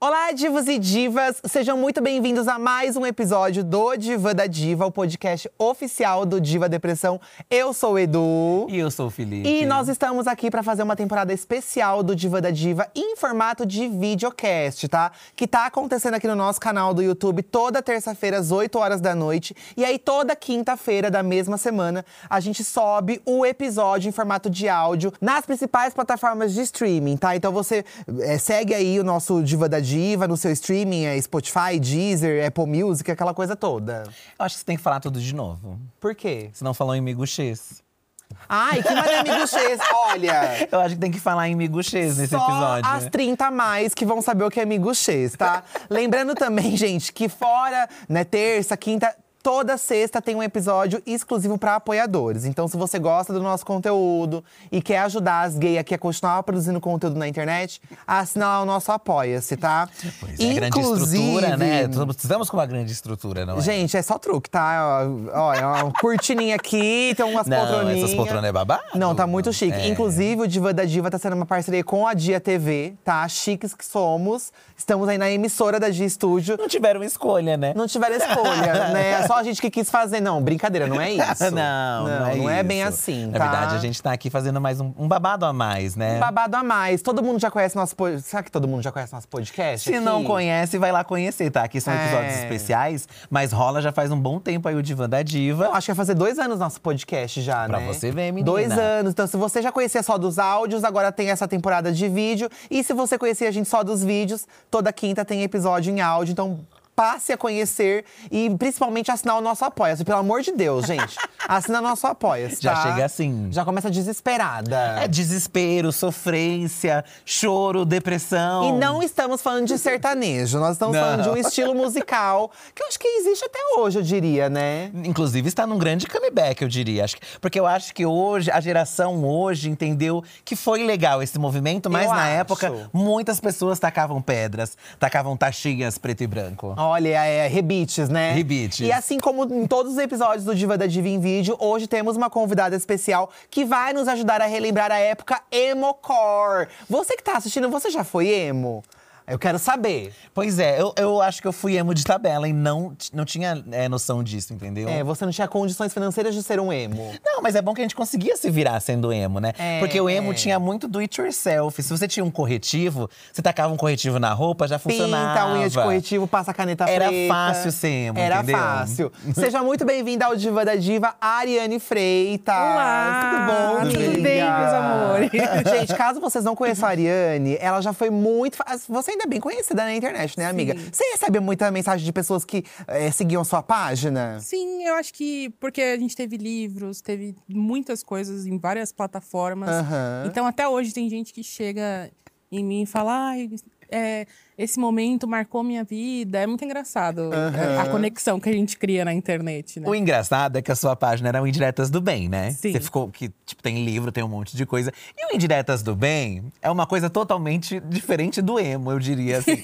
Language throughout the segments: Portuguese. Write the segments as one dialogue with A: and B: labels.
A: Olá, divos e divas! Sejam muito bem-vindos a mais um episódio do Diva da Diva, o podcast oficial do Diva Depressão. Eu sou o Edu.
B: E eu sou o Felipe.
A: E nós estamos aqui para fazer uma temporada especial do Diva da Diva em formato de videocast, tá? Que tá acontecendo aqui no nosso canal do YouTube toda terça-feira às 8 horas da noite e aí toda quinta-feira da mesma semana a gente sobe o episódio em formato de áudio nas principais plataformas de streaming, tá? Então você eh, segue aí o nosso Diva da Diva no seu streaming, é Spotify, Deezer, Apple Music, aquela coisa toda.
B: Eu acho que você tem que falar tudo de novo.
A: Por quê?
B: Se não falou em miguxês.
A: Ai, que maravilha, amigos, chês, olha.
B: Eu acho que tem que falar em miguxês nesse
A: Só
B: episódio.
A: as 30 a mais que vão saber o que é miguxês, tá? Lembrando também, gente, que fora, né, terça, quinta. Toda sexta tem um episódio exclusivo para apoiadores. Então, se você gosta do nosso conteúdo e quer ajudar as gays aqui a continuar produzindo conteúdo na internet, assina lá o nosso Apoia-se, tá?
B: Pois é, grande estrutura, né? Estamos com uma grande estrutura, não é?
A: Gente, é só truque, tá? Ó, ó, é uma cortininha aqui, tem umas
B: não,
A: poltroninhas.
B: essas poltronas é babado.
A: Não, tá muito chique.
B: É.
A: Inclusive, o Diva da Diva tá sendo uma parceria com a Dia TV, tá? Chiques que somos. Estamos aí na emissora da Dia Estúdio.
B: Não tiveram escolha, né?
A: Não tiveram escolha, né? Só a gente que quis fazer. Não, brincadeira, não é isso.
B: não, não,
A: não, é bem
B: isso.
A: assim,
B: Na
A: tá?
B: verdade, a gente tá aqui fazendo mais um, um babado a mais, né?
A: Babado a mais. Todo mundo já conhece nosso podcast. Será que todo mundo já conhece nosso podcast?
B: Se não
A: aqui?
B: conhece, vai lá conhecer, tá? Aqui são episódios
A: É.
B: especiais, mas rola já faz um bom tempo aí o Divã da Diva.
A: Eu acho que vai fazer dois anos nosso podcast já,
B: Pra
A: né?
B: você ver, menina.
A: Dois anos. Então, se você já conhecia só dos áudios, agora tem essa temporada de vídeo. E se você conhecia a gente só dos vídeos, toda quinta tem episódio em áudio. Então, passe a conhecer e principalmente assinar o nosso Apoia-se. Pelo amor de Deus, gente. Assina nosso Apoia-se.
B: Já
A: tá?
B: chega assim.
A: Já começa desesperada.
B: É desespero, sofrência, choro, depressão.
A: E não estamos falando de sertanejo, nós estamos
B: Não.
A: falando de um estilo musical que eu acho que existe até hoje, eu diria, né?
B: Inclusive, está num grande comeback, eu diria. Acho que- porque eu acho que hoje, a geração hoje entendeu que foi legal esse movimento, mas
A: Eu
B: na
A: acho.
B: época, muitas pessoas tacavam pedras, tacavam taxinhas preto e branco.
A: Olha, é rebites, né?
B: Rebites.
A: E assim como em todos os episódios do Diva da Diva em vídeo, hoje temos uma convidada especial que vai nos ajudar a relembrar a época emocore. Você que tá assistindo, você já foi emo? Eu quero saber.
B: Pois é, eu, eu acho que eu fui emo de tabela e não, t- não tinha é, noção disso, entendeu?
A: É, você não tinha condições financeiras de ser um emo.
B: Não, mas é bom que a gente conseguia se virar sendo emo, né?
A: É,
B: Porque o emo
A: é.
B: tinha muito do it yourself. Se você tinha um corretivo, você tacava um corretivo na roupa, já funcionava.
A: Pinta a unha de corretivo, passa a caneta
B: Era
A: preta.
B: fácil ser emo,
A: Era
B: entendeu?
A: fácil. Seja muito bem-vinda ao Diva da Diva, Ariane Freitas.
C: Olá,
A: Tudo bom,
C: tudo
A: amiga?
C: bem, meus amores?
A: Gente, caso vocês não conheçam a Ariane, ela já foi muito… fa- Você ainda é bem conhecida na internet, né, amiga? Você recebe muita mensagem de pessoas que eh, seguiam sua página?
C: Sim, eu acho que porque a gente teve livros, teve muitas coisas em várias plataformas.
A: Aham.
C: Então até hoje tem gente que chega em mim e fala: "Ai, é, esse momento marcou minha vida. É muito engraçado a- a conexão que a gente cria na internet, né?
B: O engraçado é que a sua página era o Indiretas do Bem, né?
C: Sim.
B: Você ficou que tipo tem livro, tem um monte de coisa. E o Indiretas do Bem é uma coisa totalmente diferente do emo, eu diria assim.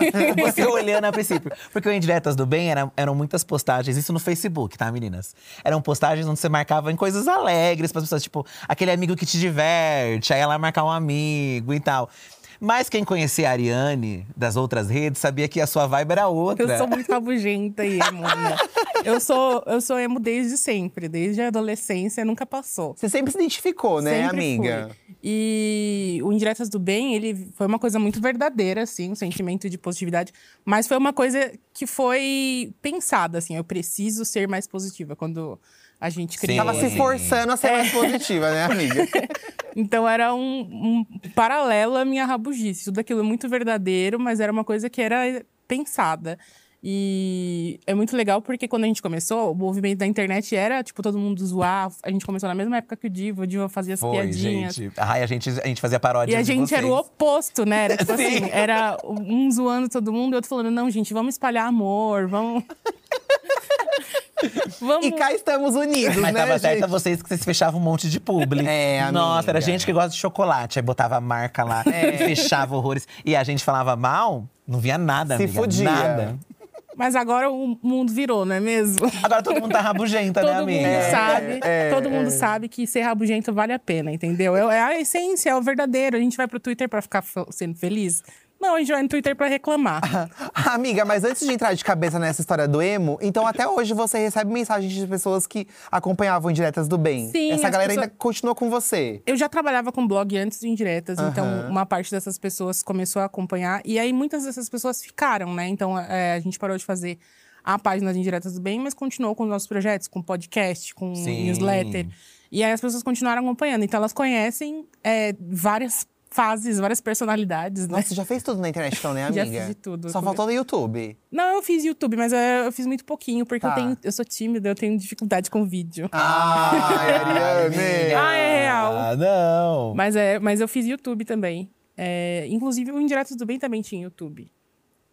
B: Você olhando a princípio, porque o Indiretas do Bem era- eram muitas postagens, isso no Facebook, tá, meninas? Eram postagens onde você marcava em coisas alegres para pessoas, tipo, aquele amigo que te diverte, aí ela marcar um amigo e tal. Mas quem conhecia a Ariane das outras redes sabia que a sua vibe era outra.
C: Eu sou muito rabugenta e emo. né? Eu sou, eu sou emo desde sempre, desde a adolescência, nunca passou.
A: Você sempre se identificou, né,
C: Sempre
A: amiga?
C: fui. E o Indiretas do Bem, ele foi uma coisa muito verdadeira, assim, um sentimento de positividade. Mas foi uma coisa que foi pensada, assim, eu preciso ser mais positiva quando a gente
B: Sim.
C: cria.
A: Tava se
B: Sim.
A: forçando a ser
C: É.
A: mais positiva, né, amiga?
C: Então era um, um paralelo à minha rabugice. Tudo aquilo é muito verdadeiro, mas era uma coisa que era pensada. E é muito legal porque quando a gente começou, o movimento da internet era, tipo, todo mundo zoar. A gente começou na mesma época que o Diva, o Diva fazia as
B: Foi,
C: piadinhas.
B: gente. Ai, a gente, a gente fazia paródia
C: E a
B: de
C: gente era o
B: vocês.
C: oposto, né? Era, tipo assim, era um zoando todo mundo e outro falando, não, gente, vamos espalhar amor, vamos. vamos.
A: e cá estamos unidos,
B: Mas
A: né,
B: tava certa
A: gente?
B: vocês que vocês fechavam um monte de publi.
A: É, amiga.
B: Nossa, era gente que gosta de chocolate. Aí botava a marca lá,
C: É.
B: e fechava horrores. E a gente falava mal, não via nada,
A: Se
B: amiga.
A: fudia.
B: Nada.
C: Mas agora o mundo virou, não é mesmo?
B: Agora todo mundo tá rabugenta,
C: Todo
B: né,
C: mundo
B: amiga?
C: sabe,
A: Né, é,
C: todo mundo sabe que ser rabugento vale a pena, entendeu? É, é a essência, é o verdadeiro. A gente vai pro Twitter pra ficar fe- sendo feliz. Não, a gente vai no Twitter pra reclamar.
A: Amiga, mas antes de entrar de cabeça nessa história do emo, então até hoje você recebe mensagens de pessoas que acompanhavam Indiretas do Bem.
C: Sim,
A: Essa
C: as
A: galera
C: pessoas-
A: ainda continua com você.
C: Eu já trabalhava com blog antes do Indiretas, então
A: Aham.
C: uma parte dessas pessoas começou a acompanhar. E aí muitas dessas pessoas ficaram, né? Então é, a gente parou de fazer a página de Indiretas do Bem, mas continuou com os nossos projetos, com podcast, com
B: Sim.
C: newsletter. E aí as pessoas continuaram acompanhando. Então elas conhecem é, várias fases, várias personalidades, né?
A: Nossa, você já fez tudo na internet então, né,
C: Já
A: amiga?
C: fiz de tudo.
A: Só faltou no YouTube.
C: Não, eu fiz YouTube, mas é, eu fiz muito pouquinho, porque
A: Tá.
C: eu, tenho, eu sou tímida, eu tenho dificuldade com vídeo.
A: Ai,
B: amiga.
A: Ariane!
C: Ah, é real.
B: Ah, não.
C: Mas, é, mas eu fiz YouTube também. É, inclusive, o Indiretos do Bem também tinha YouTube.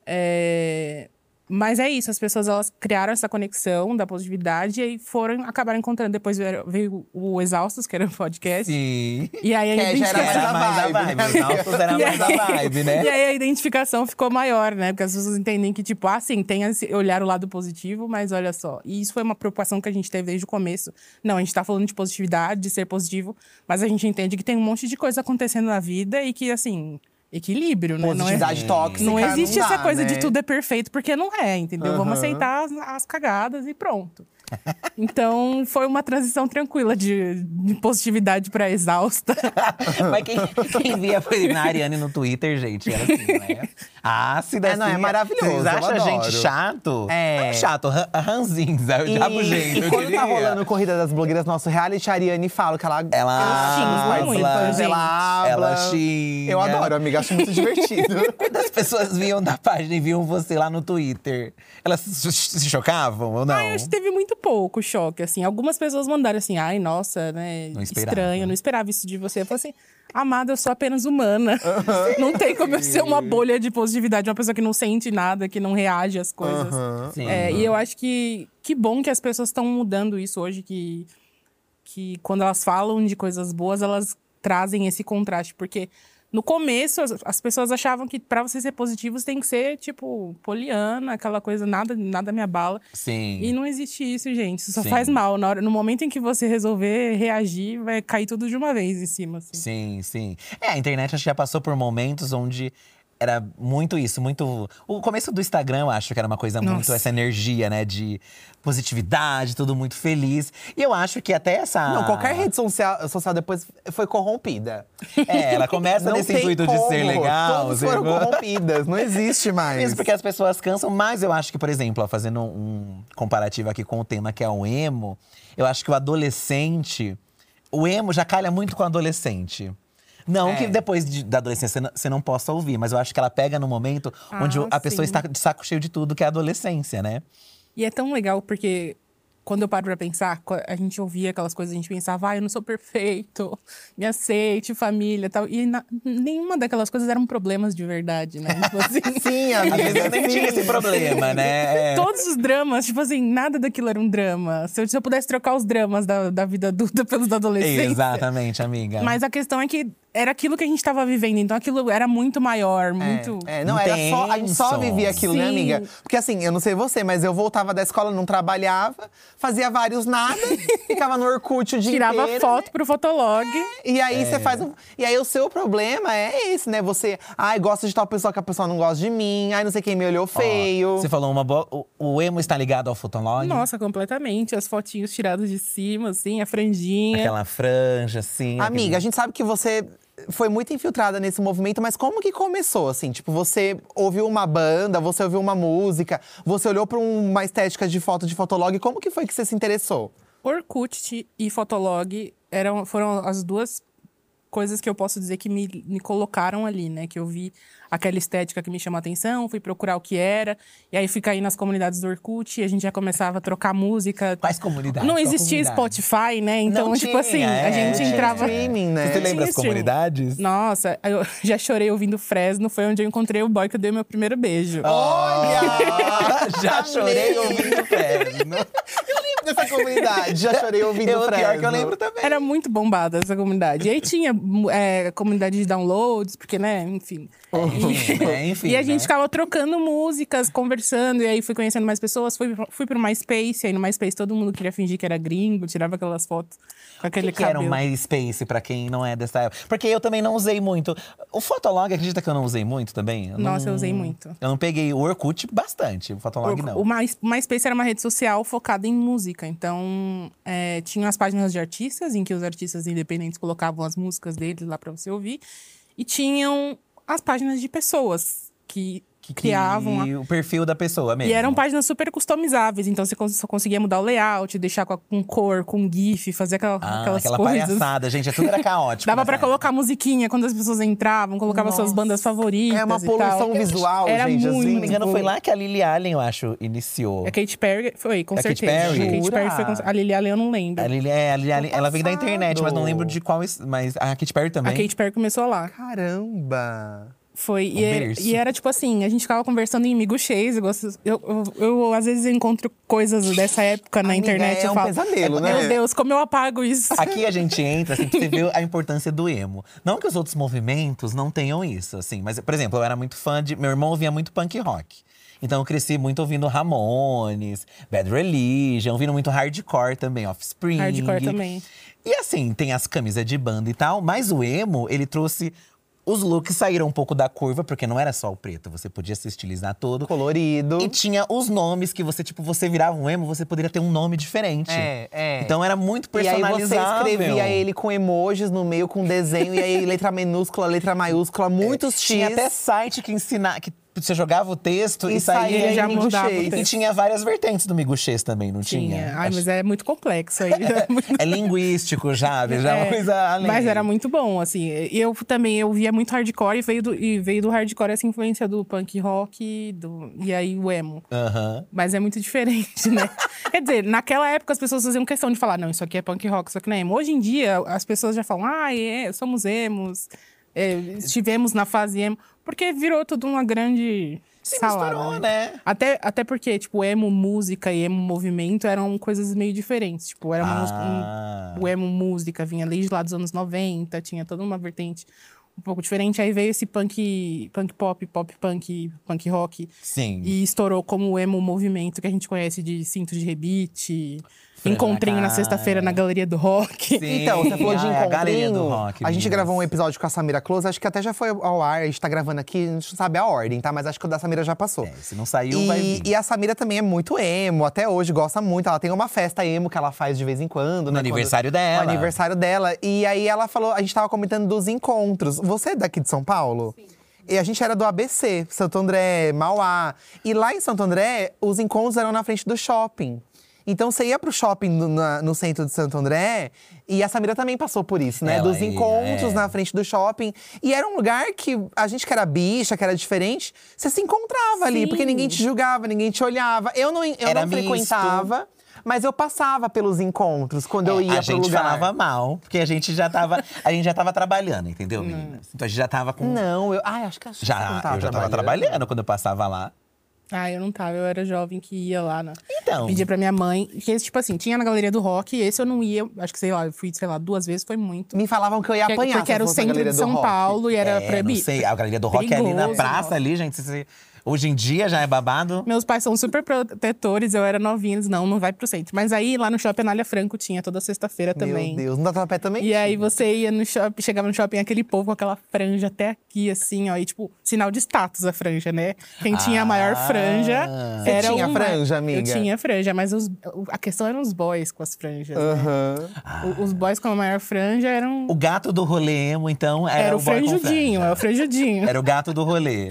C: É, mas é isso, as pessoas elas criaram essa conexão da positividade e aí foram, acabaram encontrando. Depois vieram- veio o Exaustos, que era um podcast.
B: Sim.
C: E aí, a
A: Que já era
C: identificação-
A: mais a
B: Era mais a
A: vibe,
B: vibe. Os
A: né?
B: altos era
C: E
B: mais a
C: aí-
B: vibe,
A: É.
B: né?
C: E aí a identificação ficou maior, né? Porque as pessoas entendem que, tipo, ah, sim, tem esse olhar o lado positivo, mas olha só. E isso foi uma preocupação que a gente teve desde o começo. Não, a gente tá falando de positividade, de ser positivo, mas a gente entende que tem um monte de coisa acontecendo na vida e que, assim, equilíbrio, né? Não é-
A: Positividade tóxica.
C: não existe
A: dá,
C: essa coisa de
A: né?
C: tudo é perfeito, porque não é, entendeu?
A: Aham.
C: Vamos aceitar as, as cagadas e pronto. Então, foi uma transição tranquila de, de positividade para exausta.
B: Mas quem, quem via foi na Ariane no Twitter, gente, era assim, né? Ácida,
A: É, não, é
B: assim,
A: maravilhoso,
B: Vocês
A: eu
B: acham a
A: adoro.
B: gente chato?
A: É.
B: Não chato, ran- ranzinza,
A: E,
B: rabugento,
A: e
B: eu
A: quando tá
B: diria.
A: rolando Corrida das Blogueiras, nosso reality, a Ariane fala que ela,
B: Ela
A: ela
B: xinga
A: os participantes,
C: muito,
A: ela
B: gente.
A: habla.
B: Ela xinga.
A: Eu adoro, amiga, acho muito divertido.
B: Quando as pessoas vinham da página e viam você lá no Twitter, elas se se chocavam ou não?
C: Ah, eu acho que teve muito pouco choque, assim. Algumas pessoas mandaram assim, ai, nossa, né?
B: Não esperava.
C: estranho, não esperava isso de você. Eu falei assim, amada, eu sou apenas humana. não tem como eu ser uma bolha de positividade, uma pessoa que não sente nada, que não reage às coisas.
B: Sim.
C: É, e eu acho que que bom que as pessoas estão mudando isso hoje, que, que quando elas falam de coisas boas, elas trazem esse contraste, porque no começo as, as pessoas achavam que pra você ser positivo você tem que ser tipo poliana, aquela coisa nada nada me abala.
B: Sim.
C: E não existe isso, gente. Isso só
B: Sim.
C: faz mal. Na hora, no momento em que você resolver reagir, vai cair tudo de uma vez em cima. Assim.
B: Sim, sim. É, a internet acho que já passou por momentos onde era muito isso, muito. O começo do Instagram, eu acho que era uma coisa muito
C: Nossa.
B: essa energia, né? De positividade, tudo muito feliz. E eu acho que até essa.
A: Não, qualquer rede social, social depois foi corrompida.
B: É, ela começa
A: não
B: nesse
A: tem
B: intuito de
A: como.
B: ser legal.
A: Todas
B: ser
A: foram
B: bom.
A: corrompidas, não existe mais.
B: É Isso, porque as pessoas cansam, mas eu acho que, por exemplo, ó, fazendo um comparativo aqui com o tema que é o emo, eu acho que o adolescente. O emo já calha muito com o adolescente. Não
A: É.
B: que depois de- da adolescência você não- você não possa ouvir, mas eu acho que ela pega no momento
C: Ah,
B: onde o- a
C: sim.
B: pessoa está de saco cheio de tudo, que é a adolescência, né?
C: E é tão legal porque quando eu paro pra pensar, co- a gente ouvia aquelas coisas, a gente pensava, ah, eu não sou perfeito, me aceite, família tal. E na- nenhuma daquelas coisas eram problemas de verdade, né? Tipo assim,
A: Sim,
B: Às
A: amiga.
B: vezes eu nem
A: sim.
B: tinha esse problema, né? É.
C: Todos os dramas, tipo assim, nada daquilo era um drama. Se eu, se eu pudesse trocar os dramas da, da vida adulta pelos da adolescência.
B: Exatamente, amiga.
C: Mas a questão é que era aquilo que a gente tava vivendo, então aquilo era muito maior, muito.
A: É, não, era só, a gente só
B: Intenso.
A: vivia aquilo, né,
C: Sim.
A: amiga? Porque assim, eu não sei você, mas eu voltava da escola, não trabalhava, fazia vários nada, ficava no Orkut o dia
C: Tirava
A: inteiro.
C: foto pro Fotolog.
A: E aí
B: É.
A: você faz. um- E aí o seu problema é esse, né? Você, ai, gosto de tal pessoa que a pessoa não gosta de mim, ai, não sei quem me olhou
B: Ó,
A: feio.
B: Você falou uma boa. O, o emo está ligado ao Fotolog?
C: Nossa, completamente. As fotinhos tiradas de cima, assim, a franjinha.
B: Aquela franja, assim. aquele-
A: Amiga, a gente sabe que você foi muito infiltrada nesse movimento, mas como que começou, assim? Tipo, você ouviu uma banda, você ouviu uma música, você olhou pra um, uma estética de foto de fotolog, como que foi que você se interessou?
C: Orkut e Fotolog eram, foram as duas coisas que eu posso dizer que me, me colocaram ali, né? Que eu vi aquela estética que me chamou a atenção, fui procurar o que era. E aí fui cair nas comunidades do Orkut e a gente já começava a trocar música.
B: Quais comunidades?
C: Não
B: Qual
C: existia
B: comunidade?
C: Spotify, né? Então,
B: Não
C: tipo
B: tinha,
C: assim, a
B: é,
C: gente
B: não tinha
C: entrava.
A: streaming, né?
B: Você
C: Tinha
B: lembra as
C: streaming.
B: comunidades?
C: Nossa, eu já chorei ouvindo Fresno, foi onde eu encontrei o boy que eu dei meu primeiro beijo.
B: Olha! Já chorei
A: Amei.
B: ouvindo o inferno.
A: essa comunidade. Já chorei ouvindo
B: Eu, o pior que eu
A: Fresno.
B: lembro também.
C: Era muito bombada essa comunidade. E aí tinha mu- é, comunidade de downloads, porque, né, enfim.
B: É, enfim,
C: e a
B: né?
C: gente ficava trocando músicas, conversando, e aí fui conhecendo mais pessoas, fui, fui pro MySpace, aí no MySpace todo mundo queria fingir que era gringo, tirava aquelas fotos com aquele
B: que, que era
C: cabelo.
B: um MySpace pra quem não é dessa época? Porque eu também não usei muito. O Fotolog, acredita que eu não usei muito também? Eu
C: Nossa,
B: não-
C: eu usei muito.
B: Eu não peguei o Orkut bastante, o Fotolog não.
C: O, o My- MySpace era uma rede social focada em música. Então, é, tinha as páginas de artistas, em que os artistas independentes colocavam as músicas deles lá pra você ouvir. E tinham as páginas de pessoas que,
B: Que
C: criavam. a-
B: o perfil da pessoa mesmo.
C: E eram páginas super customizáveis. Então, você cons- só conseguia mudar o layout, deixar com, a- com cor, com gif, fazer aquela-
B: ah,
C: aquelas
B: aquela
C: coisas.
B: palhaçada, gente, é tudo era caótico.
C: Dava
B: nessa
C: pra
B: época.
C: colocar musiquinha quando as pessoas entravam, colocava suas
A: né? Nossa.
C: bandas favoritas.
A: É uma
C: e tal.
A: poluição visual,
C: Era
A: gente.
C: muito,
A: assim.
B: Se não me engano, foi lá que a Lily Allen, eu acho, iniciou.
C: A Katy Perry foi, com
B: Tipo, A Katy
C: certeza.
B: Perry?
C: A Katy Perry foi com...
A: Jura?
C: A Lily Allen eu não lembro.
B: A Lily, é, a Lily Allen, ela veio da
A: passado.
B: internet, mas não lembro de qual. es- Mas a Katy Perry
C: A
B: também.
C: Katy Perry começou lá.
A: Caramba!
C: Foi.
B: Um
C: E, era,
B: berço.
C: e era tipo assim, a gente ficava conversando em amigos cheios. Eu, gosto- eu, eu, eu, às vezes encontro coisas dessa época na
A: Amiga,
C: internet.
A: é
C: eu
A: um
C: falo,
A: pesadelo,
C: Meu
A: né?
C: Deus, como eu apago isso?
B: Aqui a gente entra, assim, pra você ver a importância do emo. Não que os outros movimentos não tenham isso, assim. Mas, por exemplo, eu era muito fã de… Meu irmão ouvia muito punk rock. Então eu cresci muito ouvindo Ramones, Bad Religion, ouvindo muito hardcore também, Offspring.
C: Hardcore também.
B: E assim, tem as camisas de banda e tal, mas o emo, ele trouxe… Os looks saíram um pouco da curva, porque não era só o preto. Você podia se estilizar todo.
A: Colorido.
B: E tipo, tinha os nomes que você, tipo, você virava um emo, você poderia ter um nome diferente.
A: É, é.
B: Então era muito
A: E aí você
B: personalizável.
A: escrevia ele com emojis no meio, com desenho. e aí letra minúscula, letra maiúscula, muitos X.
B: É, Tinha até site que ensinava, que você jogava o texto e,
A: E
B: saía.
A: saía
B: e
C: já
B: Migo
C: mudava o
B: Chase. E
C: texto.
B: tinha várias vertentes do Miguxês também, não tinha?
C: Ai,
B: Acho-
C: mas é muito complexo aí.
B: É linguístico já, já é uma
C: É,
B: coisa além.
C: Mas era muito bom, assim. E Eu também eu via muito hardcore e veio do, e veio do hardcore essa influência do punk rock do, e aí o emo.
B: Aham.
C: Mas é muito diferente, né? Quer dizer, naquela época as pessoas faziam questão de falar, não, isso aqui é punk rock, isso aqui não é emo. Hoje em dia, as pessoas já falam, ah, é, somos emos, é, estivemos na fase emo. Porque virou tudo uma grande
B: Se
C: salada,
B: misturou, né?
C: Até, até porque, tipo, emo música e emo movimento eram coisas meio diferentes. Tipo, era uma música- um-
B: Ah.
C: o emo música vinha desde lá dos anos 90, tinha toda uma vertente um pouco diferente. Aí veio esse punk, punk pop, pop punk, punk rock.
B: Sim.
C: E estourou como o emo movimento que a gente conhece de cinto de rebite,
B: Freio
C: encontrinho
B: na
C: na,
B: cara.
C: sexta-feira na Galeria do Rock.
B: Sim.
A: Então, você falou de
B: Ai, a galeria do
A: encontrinho.
B: rock,
A: a gente
B: meninas.
A: gravou um episódio com a Samira Close, acho que até já foi ao ar. A gente tá gravando aqui, a gente não sabe a ordem, tá? Mas acho que o da Samira já passou.
B: É, se não saiu, vai
A: E,
B: vir.
A: e a Samira também é muito emo, até hoje gosta muito. Ela tem uma festa emo que ela faz de vez em quando.
B: No
A: né,
B: aniversário
A: quando,
B: dela.
A: No aniversário dela. E aí ela falou, a gente tava comentando dos encontros. Você é daqui de São Paulo? E a gente era do ABC, Santo André, Mauá. E lá em Santo André, os encontros eram na frente do shopping. Então você ia pro shopping no, na- no centro de Santo André, e a Samira também passou por isso, né?
B: Ela
A: Dos
B: ia,
A: encontros
B: é.
A: na frente do shopping. E era um lugar que a gente que era bicha, que era diferente, você se encontrava ali, porque
C: Sim.
A: ninguém te julgava, ninguém te olhava. Eu não, eu
B: Era
A: não
B: misto.
A: frequentava, mas eu passava pelos encontros quando eu
B: É,
A: ia
B: a
A: pro
B: gente
A: lugar.
B: falava mal, porque a gente já tava, a gente já tava trabalhando, entendeu, meninas? Então a gente já tava com
A: Não, eu. Ai, acho que a gente
B: já,
A: não tava
B: eu já tava trabalhando quando eu passava lá.
C: Ah, eu não tava, eu era jovem que ia lá. Na...
B: Então.
C: Pedia pra minha mãe. Que esse, tipo assim, tinha na Galeria do Rock, esse eu não ia, acho que sei lá, eu fui, sei lá, duas vezes, foi muito.
A: Me falavam que eu ia
C: Que-
A: apanhar.
C: porque era o centro de São Paulo e
B: é,
C: era proibido.
B: Não sei, a galeria do rock é ali na
C: Perigoso,
B: praça
C: nossa.
B: ali, gente. se- se- hoje em dia já é babado.
C: Meus pais são super protetores, eu era novinha, eles não, não vai pro centro. Mas aí lá no shopping Anália Franco tinha toda sexta-feira também.
A: Meu Deus, não dá tava pé
B: É
A: também?
C: E aí você ia no shopping, chegava no shopping, aquele povo com aquela franja até aqui, assim, ó. E tipo, sinal de status a franja, né? Quem tinha a maior
B: Ah.
C: franja
B: Você
C: era
A: tinha
C: uma...
A: franja, amiga?
C: Eu tinha franja, mas os- a questão eram os boys com as franjas. né?
A: Aham.
C: O- Os boys com a maior franja eram.
B: Ah. O gato do rolê emo, então, era,
C: Era, o
B: boy com
C: franjudinho,
B: franja.
C: é o franjudinho.
B: Era o gato do rolê.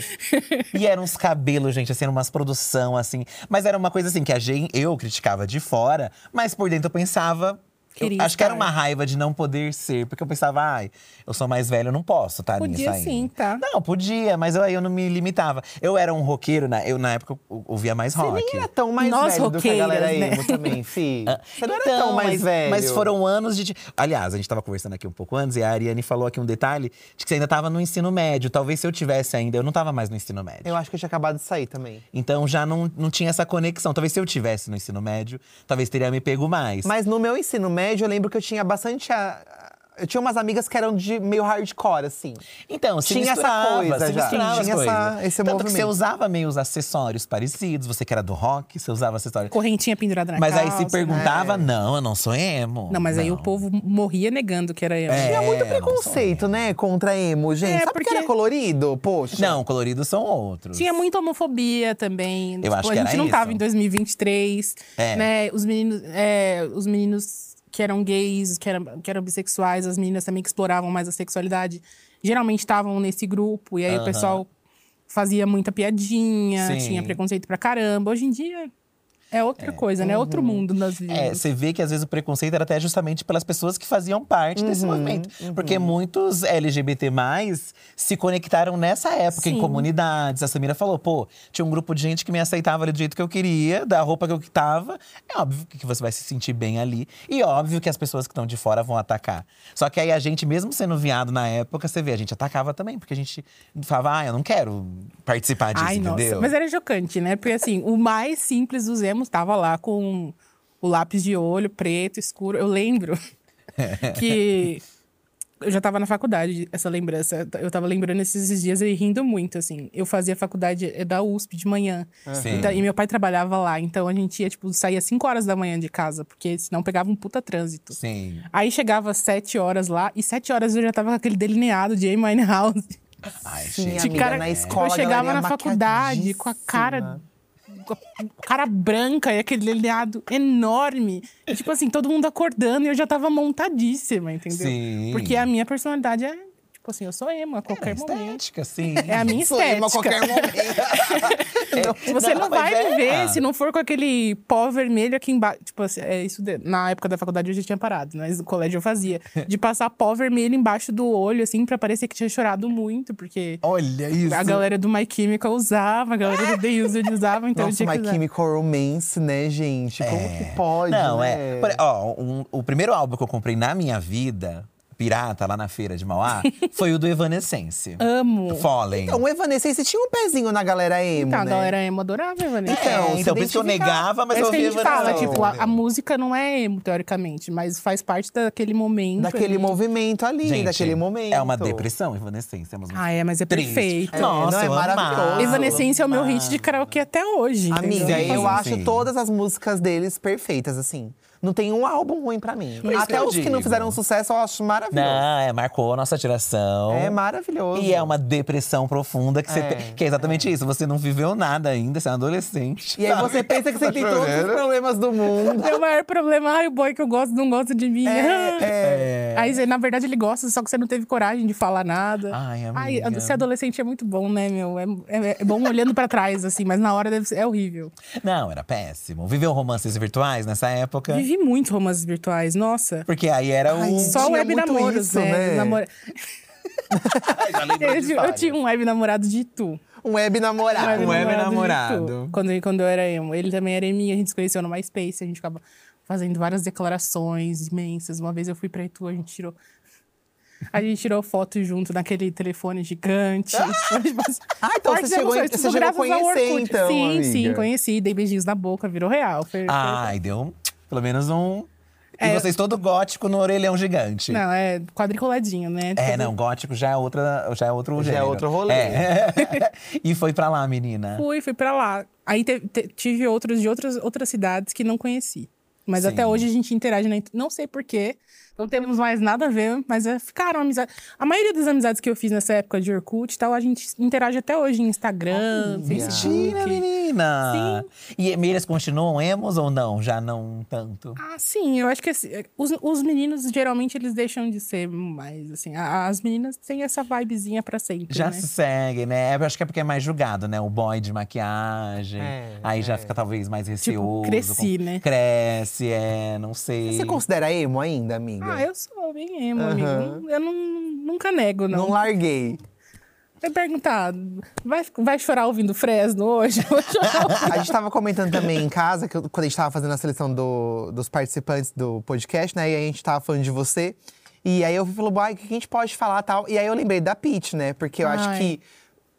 B: e eram uns cabelos, gente, assim, eram umas produção, assim. Mas era uma coisa assim que a gente, eu criticava de fora, mas por dentro eu pensava.
C: Queria
B: acho que era
C: estar.
B: uma raiva de não poder ser, porque eu pensava, ai, eu sou mais velho, eu não posso tá
C: Podia
B: nisso ainda.
C: sim, tá?
B: Não, podia, mas eu, aí eu não me limitava. Eu era um roqueiro, na, eu, na época eu ouvia mais
A: Você
B: rock.
A: nem era tão mais
C: Nós
A: velho do que a galera
C: roqueiras, né?
A: emo também, fi. Você não
B: Então,
A: era tão mais
B: mas,
A: velho.
B: Mas foram anos de. Aliás, a gente tava conversando aqui um pouco antes e a Ariane falou aqui um detalhe de que você ainda tava no ensino médio. Talvez se eu tivesse ainda, eu não tava mais no ensino médio.
A: Eu acho que eu tinha acabado de sair também.
B: Então já não, não tinha essa conexão. Talvez se eu tivesse no ensino médio, talvez teria me pego mais.
A: Mas no meu ensino médio, eu lembro que eu tinha bastante. a- Eu tinha umas amigas que eram de meio hardcore, assim.
B: Então, se
A: Tinha essa
B: misturava,
A: coisa
B: se
A: já.
B: misturava
A: Tinha
B: as
A: essa-
B: coisas.
A: esse
B: Tanto que
A: movimento.
B: você usava meio os acessórios parecidos, você que era do rock, você usava acessórios.
C: Correntinha pendurada na
B: Mas aí
C: calça. né?
B: se perguntava, não, eu não sou emo.
C: Não, mas aí o povo morria negando que era eu.
B: É.
A: Tinha muito
B: não sou
A: preconceito, né? Contra emo, gente.
C: É,
A: Sabe porque
C: porque-
A: era colorido? Poxa.
B: Não, coloridos são outros.
C: Tinha muita homofobia também. tipo,
B: Eu acho
C: a
B: que
C: gente
B: era
C: não
B: isso.
C: tava em 2023,
B: É.
C: né? Os meninos, é, os meninos que eram gays, que eram, que eram bissexuais, as meninas também que exploravam mais a sexualidade, geralmente estavam nesse grupo. E aí o
B: Aham.
C: pessoal fazia muita piadinha,
B: Sim.
C: tinha preconceito pra caramba. Hoje em dia é outra coisa, né? É outro mundo das vidas.
B: É, você vê que às vezes o preconceito era até justamente pelas pessoas que faziam parte desse
C: Uhum,
B: movimento. Porque muitos LGBT se conectaram nessa época, em
C: Sim.
B: comunidades. A Samira falou, pô, tinha um grupo de gente que me aceitava ali do jeito que eu queria, da roupa que eu tava. É óbvio que você vai se sentir bem ali. E óbvio que as pessoas que estão de fora vão atacar. Só que aí a gente, mesmo sendo viado na época, você vê, a gente atacava também, porque a gente falava, ah, eu não quero participar disso,
C: Ai,
B: entendeu?
C: nossa. Mas era chocante, né? Porque assim, o mais simples dos emos tava lá com o lápis de olho preto, escuro. Eu lembro que eu já tava na faculdade, essa lembrança. Eu tava lembrando esses dias e rindo muito, assim. Eu fazia faculdade é, da USP de manhã.
B: Sim.
C: Então, e meu pai trabalhava lá. Então a gente ia, tipo, saía 5 horas da manhã de casa, porque senão pegava um puta trânsito.
B: Sim.
C: Aí chegava às 7 horas lá, e 7 horas eu já tava com aquele delineado de Amy House.
B: Ai,
A: Sim,
B: gente.
A: amiga,
C: cara-
A: na
C: Tipo,
A: escola.
C: eu
A: a
C: chegava
A: galera
C: na
A: ia
C: faculdade com a cara. com a cara branca e aquele delineado enorme. E, tipo assim, todo mundo acordando e eu já tava montadíssima, entendeu?
B: Sim. É,
C: Porque a minha personalidade é, tipo assim, eu sou emo
B: Era
C: a
A: É
C: qualquer momento.
B: estética, sim.
C: É a minha
A: Sou emo
C: estética.
A: a qualquer momento.
C: Você não, vai
B: mas é.
C: me ver se não for com aquele pó vermelho aqui embaixo. Tipo assim, é isso de- na época da faculdade eu já tinha parado, mas no colégio eu fazia. De passar pó vermelho embaixo do olho, assim, pra parecer que tinha chorado muito, porque
B: Olha isso.
C: A galera do My Chemical usava, a galera do The Used usava, então eu
A: Nossa,
C: tinha que
A: My
C: usar.
A: Chemical Romance, né, gente? Como que pode,
B: É. Não,
A: né?
B: é. Por- ó, um- o primeiro álbum que eu comprei na minha vida, pirata, lá na feira de Mauá, foi o do Evanescence.
C: Amo.
B: Fallen.
A: Então, o Evanescence tinha um pezinho na galera emo,
C: Tá, a
A: né?
C: galera né? emo adorava, Vanessa.
B: É,
A: então,
B: então, por isso que eu
A: identificava.
B: negava, mas
C: Mas
B: eu
C: que a
B: ouvia
C: gente fala,
B: Evanescence.
C: tipo, a, a música não é emo, teoricamente, mas faz parte daquele momento.
A: Daquele
C: ali.
A: movimento ali,
B: Gente,
A: daquele momento.
B: É uma depressão, Evanescence. É uma música
C: Ah, é, mas é
B: triste.
C: perfeito.
A: É,
B: Nossa,
A: não, é
B: eu
A: maravilhoso.
B: amava.
C: Evanescence é o meu hit de karaokê até hoje. entendeu? Tipo,
A: Amiga,
B: Sim,
A: eu
B: sim.
A: acho todas as músicas deles perfeitas, assim. Não tem um álbum ruim pra mim.
B: isso que
A: Até
B: eu
A: os que não
B: digo.
A: fizeram sucesso, eu acho maravilhoso.
B: Não, é, marcou a nossa geração.
A: É maravilhoso.
B: E é uma depressão profunda que você
A: É,
B: tem. Que é exatamente isso. Você não viveu nada ainda, você é um adolescente.
A: E aí você pensa que você tem todos os problemas do mundo.
C: Meu maior problema, ai, o boy que eu gosto não gosta de mim.
B: É.
C: Aí, você- na verdade, ele gosta, só que você não teve coragem de falar nada.
B: Ai,
C: Ai,
B: amiga.
C: ser adolescente é muito bom, né, meu? É, é- é bom olhando pra trás, assim, mas na hora deve ser- é horrível.
B: Não, era péssimo. Viveu romances virtuais nessa época.
C: Vivi muito romances virtuais, nossa.
B: Porque aí era um o.
C: Só
A: tinha
C: web
A: Um é muito
C: namoros,
A: isso,
C: né?
A: né?
C: Namora-
B: Já lembrei
C: Eu,
B: de
C: ti- eu
B: vários.
C: tinha um web namorado de tu.
A: Um web namorado.
B: Um web
C: de
B: namorado.
C: tu. Quando, quando eu era emo. Ele também era eminha, a gente se conheceu no MySpace, a gente ficava fazendo várias declarações imensas. Uma vez eu fui pra Itu, a gente tirou. A gente tirou foto junto naquele telefone gigante.
A: Ah, então
C: Partes
A: você chegou,
C: emoções,
A: você
C: tudo
A: chegou a
C: graças ao
A: conhecer,
C: Orkut.
A: então,
C: Sim, sim,
A: amiga. Ah,
C: conheci. Dei beijinhos na boca, virou real. Foi, foi-
B: Ai, deu um- pelo menos um. E
C: É.
B: vocês todo gótico no orelhão gigante.
C: Não, é quadriculadinho, né?
B: É,
C: Tudo-
B: não, gótico já é outra, já é outro
A: Já é
B: gênero.
A: outro rolê.
B: É. e foi pra lá, menina.
C: Fui, fui pra lá. Aí te- te- tive outros de outras, outras cidades que não conheci. Mas
B: Sim.
C: até hoje a gente interage, na int- não sei porquê. Não temos mais nada a ver, mas é, ficaram amizades. A maioria das amizades que eu fiz nessa época de Orkut e tal, a gente interage até hoje em Instagram, Facebook.
B: Mentira, menina! menina! Sim. E eles continuam emos ou não? Já não tanto?
C: Ah, sim. Eu acho que assim, os, os meninos, geralmente, eles deixam de ser mais, assim. a- As meninas têm essa vibezinha pra sempre,
B: Já
C: né?
B: se segue, né? Eu acho que é porque é mais julgado, né? O boy de maquiagem.
A: É,
B: aí já
A: é.
B: fica talvez mais
C: Tipo,
B: receoso.
C: cresci, né?
B: Cresce, é, não sei.
A: Você considera emo ainda, amiga?
C: Ah, eu sou bem emo,
A: Aham.
C: amigo. Eu não, nunca nego,
A: não.
C: não.
A: larguei.
C: Vai perguntar, vai, vai chorar ouvindo Fresno hoje? Vai chorar ouvindo-
A: A gente tava comentando também em casa, que eu- quando a gente tava fazendo a seleção do- dos participantes do podcast, né? E aí a gente tava falando de você. E aí eu falei, "Uai, o que a gente pode falar tal? E aí eu lembrei da Peach, né? Porque eu acho
C: Ai.
A: que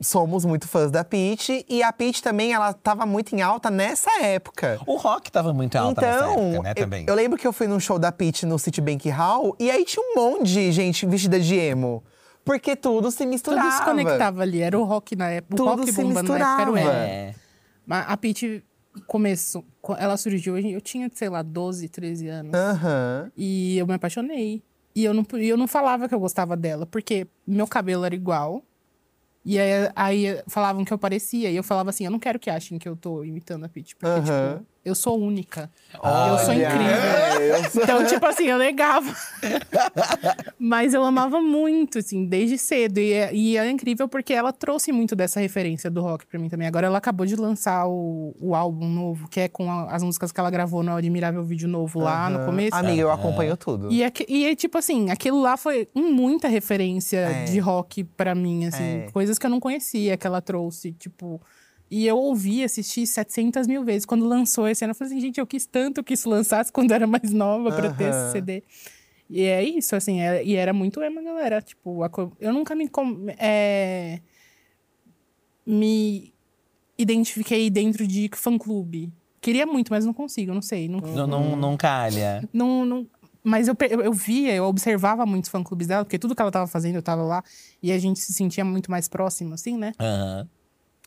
A: somos muito fãs da Peach. E a Peach também, ela tava muito em alta nessa época.
B: O rock tava muito alta nessa
A: Então,
B: época, né?
A: eu-
B: Também.
A: Eu, lembro que eu fui num show da Peach no Citibank Hall e aí tinha um monte de gente vestida de emo. Porque tudo se misturava.
C: Tudo se conectava ali. Era o rock na época.
A: Tudo
C: o rock
A: se
C: bombando na época era o
A: misturava.
C: emo.
B: É.
C: Mas a Pitty começou. co- Ela surgiu, eu tinha, sei lá, 12, 13 anos.
A: Aham.
C: E eu me apaixonei. E eu não, pu- e eu não falava que eu gostava dela, porque meu cabelo era igual. E aí, aí falavam que eu parecia. E eu falava assim: eu não quero que achem que eu tô imitando a Pitty, porque,
A: Aham.
C: tipo, eu sou única.
B: Olha.
C: Eu sou incrível. Então, tipo assim, eu negava. Mas eu amava muito, assim, desde cedo. E, é- e é incrível porque ela trouxe muito dessa referência do rock pra mim também. Agora ela acabou de lançar o, o álbum novo, que é com a- as músicas que ela gravou no Admirável Vídeo Novo lá no
A: Aham.
C: começo.
A: Amiga,
B: É.
A: eu acompanho tudo.
C: E, aque- e é tipo assim, aquilo lá foi muita referência
A: É.
C: de rock pra mim, assim.
A: É.
C: Coisas que eu não conhecia que ela trouxe, tipo... E eu ouvi, assisti 700 mil vezes. Quando lançou esse ano, eu falei assim, gente, eu quis tanto que isso lançasse quando era mais nova pra eu ter
A: Aham.
C: esse CD. E é isso, assim. é- e era muito emo, galera. Tipo, a co- eu nunca me... com- é, me identifiquei dentro de fã-clube. Queria muito, mas não consigo, não sei. Não,
B: Não,
A: Uhum.
B: não, não calha.
C: não, não- mas eu, pe- eu, eu via, eu observava muito os fã-clubes dela, porque tudo que ela tava fazendo, eu tava lá. E a gente se sentia muito mais próximo, assim, né?
B: Aham.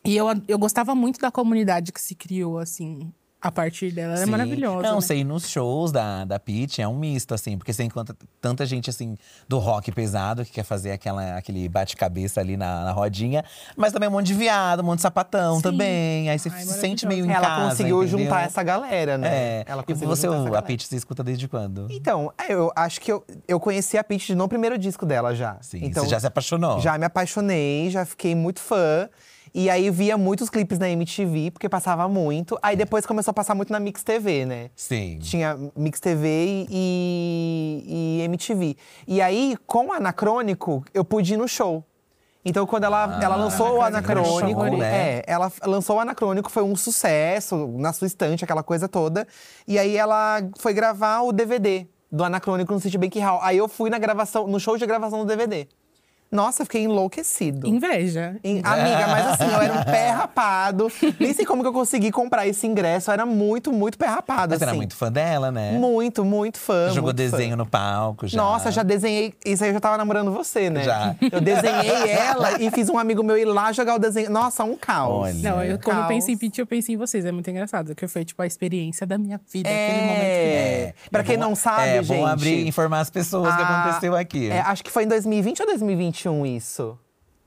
C: E eu, a- eu gostava muito da comunidade que se criou, assim, a partir dela. Ela é
B: Sim.
C: maravilhosa.
B: Não,
C: né?
B: sei, nos shows da, da Pitty é um misto, assim, porque você encontra tanta gente, assim, do rock pesado, que quer fazer aquela, aquele bate-cabeça ali na, na rodinha, mas também um monte de viado, um monte de sapatão
C: Sim.
B: também. Aí você
C: Ai,
B: se sente meio em
A: Ela
B: casa,
A: conseguiu
B: entendeu?
A: juntar essa galera, né?
B: É.
A: Ela
B: e
A: conseguiu
B: você,
A: juntar essa
B: a
A: galera.
B: Pitty, você escuta desde quando?
A: Então, é, eu acho que eu, eu conheci a Peach no primeiro disco dela já.
B: Sim,
A: então,
B: você já se apaixonou.
A: já me apaixonei, já fiquei muito fã. E aí via muitos clipes na MTV, porque passava muito. Aí depois começou a passar muito na Mix TV, né?
B: Sim.
A: Tinha Mix TV e, e MTV. E aí, com o Anacrônico, eu pude ir no show. Então, quando ela,
B: Ah,
A: ela lançou o
B: Anacrônico
A: Anacrônico,
B: era um show, né?
A: é, ela f- lançou o Anacrônico, foi um sucesso na sua estante, aquela coisa toda. E aí ela foi gravar o DVD do Anacrônico no Citibank Hall. Aí eu fui na gravação, no show de gravação do DVD. Nossa, eu fiquei enlouquecido.
C: Inveja.
A: Em- Amiga, mas assim, eu era um pé rapado. Nem sei como que eu consegui comprar esse ingresso. Eu era muito, muito pé rapado,
B: Mas
A: assim.
B: você era muito fã dela, né?
A: Muito, muito fã.
B: Jogou
A: muito fã.
B: desenho no palco já.
A: Nossa, já desenhei. Isso aí eu já tava namorando você, né?
B: Já.
A: Eu desenhei ela e fiz um amigo meu ir lá jogar o desenho. Nossa, um caos.
B: Olha.
C: Não, eu, quando eu
A: Caos.
C: pensei em Pitty, eu pensei em vocês. É muito engraçado, que foi, tipo, a experiência da minha vida. Aquele momento que...
A: É. Pra quem não sabe,
B: é,
A: gente.
B: bom abrir e informar as pessoas o que
A: a-
B: aconteceu aqui.
A: é, acho que foi em 2020 ou 2021 isso?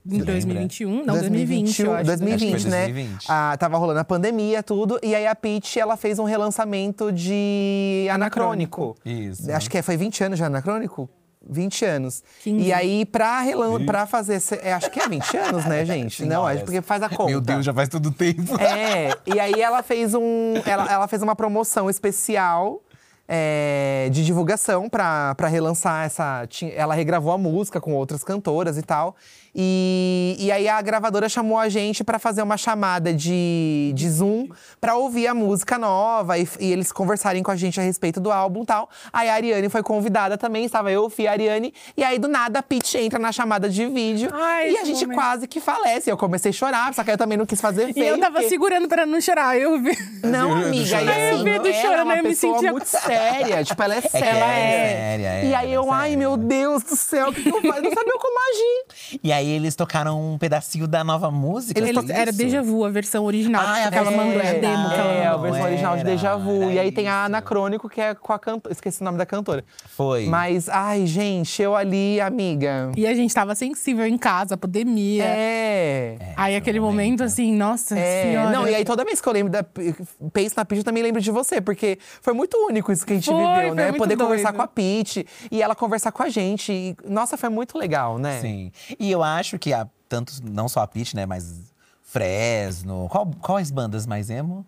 C: Em
B: Lembra?
C: 2021? Não, 2020, eu acho.
A: 2020,
B: Acho que foi
A: né?
B: 2020.
A: Ah, tava rolando a pandemia, tudo. E aí a Peach, ela fez um relançamento de Anacrônico.
B: Isso.
A: Acho que é- foi 20 anos já Anacrônico? 20 anos.
C: 15.
A: E aí, pra, relan pra fazer. esse- é, acho que é 20 anos, né, gente? Não, é
B: Senhoras.
A: porque faz a conta.
B: Meu Deus, já faz todo o tempo.
A: É, e aí ela fez um. Ela, ela fez uma promoção especial é, de divulgação pra, pra relançar essa. ti- Ela regravou a música com outras cantoras e tal. E, e aí a gravadora chamou a gente pra fazer uma chamada de, de Zoom pra ouvir a música nova e, f- e eles conversarem com a gente a respeito do álbum e tal. Aí a Ariane foi convidada também, estava eu, Fia e a Ariane. E aí do nada a Pitty entra na chamada de vídeo
C: Ai,
A: e a
C: esse
A: gente
C: momento.
A: quase que falece. Eu comecei a chorar, só que eu também não quis fazer
C: E
A: feio,
C: eu tava
A: porque-
C: segurando pra não chorar. Eu vi.
A: não,
B: Eu vi do
A: amiga, e
B: chorando.
A: assim,
B: Eu
C: vi do
A: ela é
C: chorando,
A: uma
C: eu me
A: pessoa
C: sentia
A: muito
C: culpada.
A: séria. Tipo, ela é
B: que
A: séria.
B: ela é séria, é,
A: E aí eu,
B: ela é
A: ai,
B: séria.
A: meu Deus do céu, o que, que eu faço? Eu Não sabia como agir.
B: E aí eles tocaram um pedacinho da nova música.
A: Eles
B: foi
A: tocaram-
C: Era
B: isso?
C: Deja Vu, a versão original.
B: Ah, é a
C: que ela
B: versão
C: mandou a
B: original.
C: demo. que ela
A: É, a
C: mandou.
A: versão
B: Não
A: original de
B: era,
A: Deja Vu.
B: era
A: E aí tem a
B: isso.
A: Anacrônico, que é com a cantora. Esqueci o nome da cantora.
B: Foi.
A: Mas, ai, gente, eu ali, amiga.
C: E a gente tava sensível em casa, pandemia.
A: É.
C: Aí aquele momento, assim, nossa
A: É,
C: senhora.
A: não, e aí toda vez que eu lembro da. Penso na Peach, eu também lembro de você, porque foi muito único isso que a gente
C: Foi,
A: viveu,
C: foi
A: né?
C: muito
A: Poder conversar
C: doido.
A: com a Peach e ela conversar com a gente. e, nossa, foi muito legal, né?
B: Sim. E eu acho que há tantos, não só a Pitty, né, mas Fresno. Qual, quais bandas mais emo?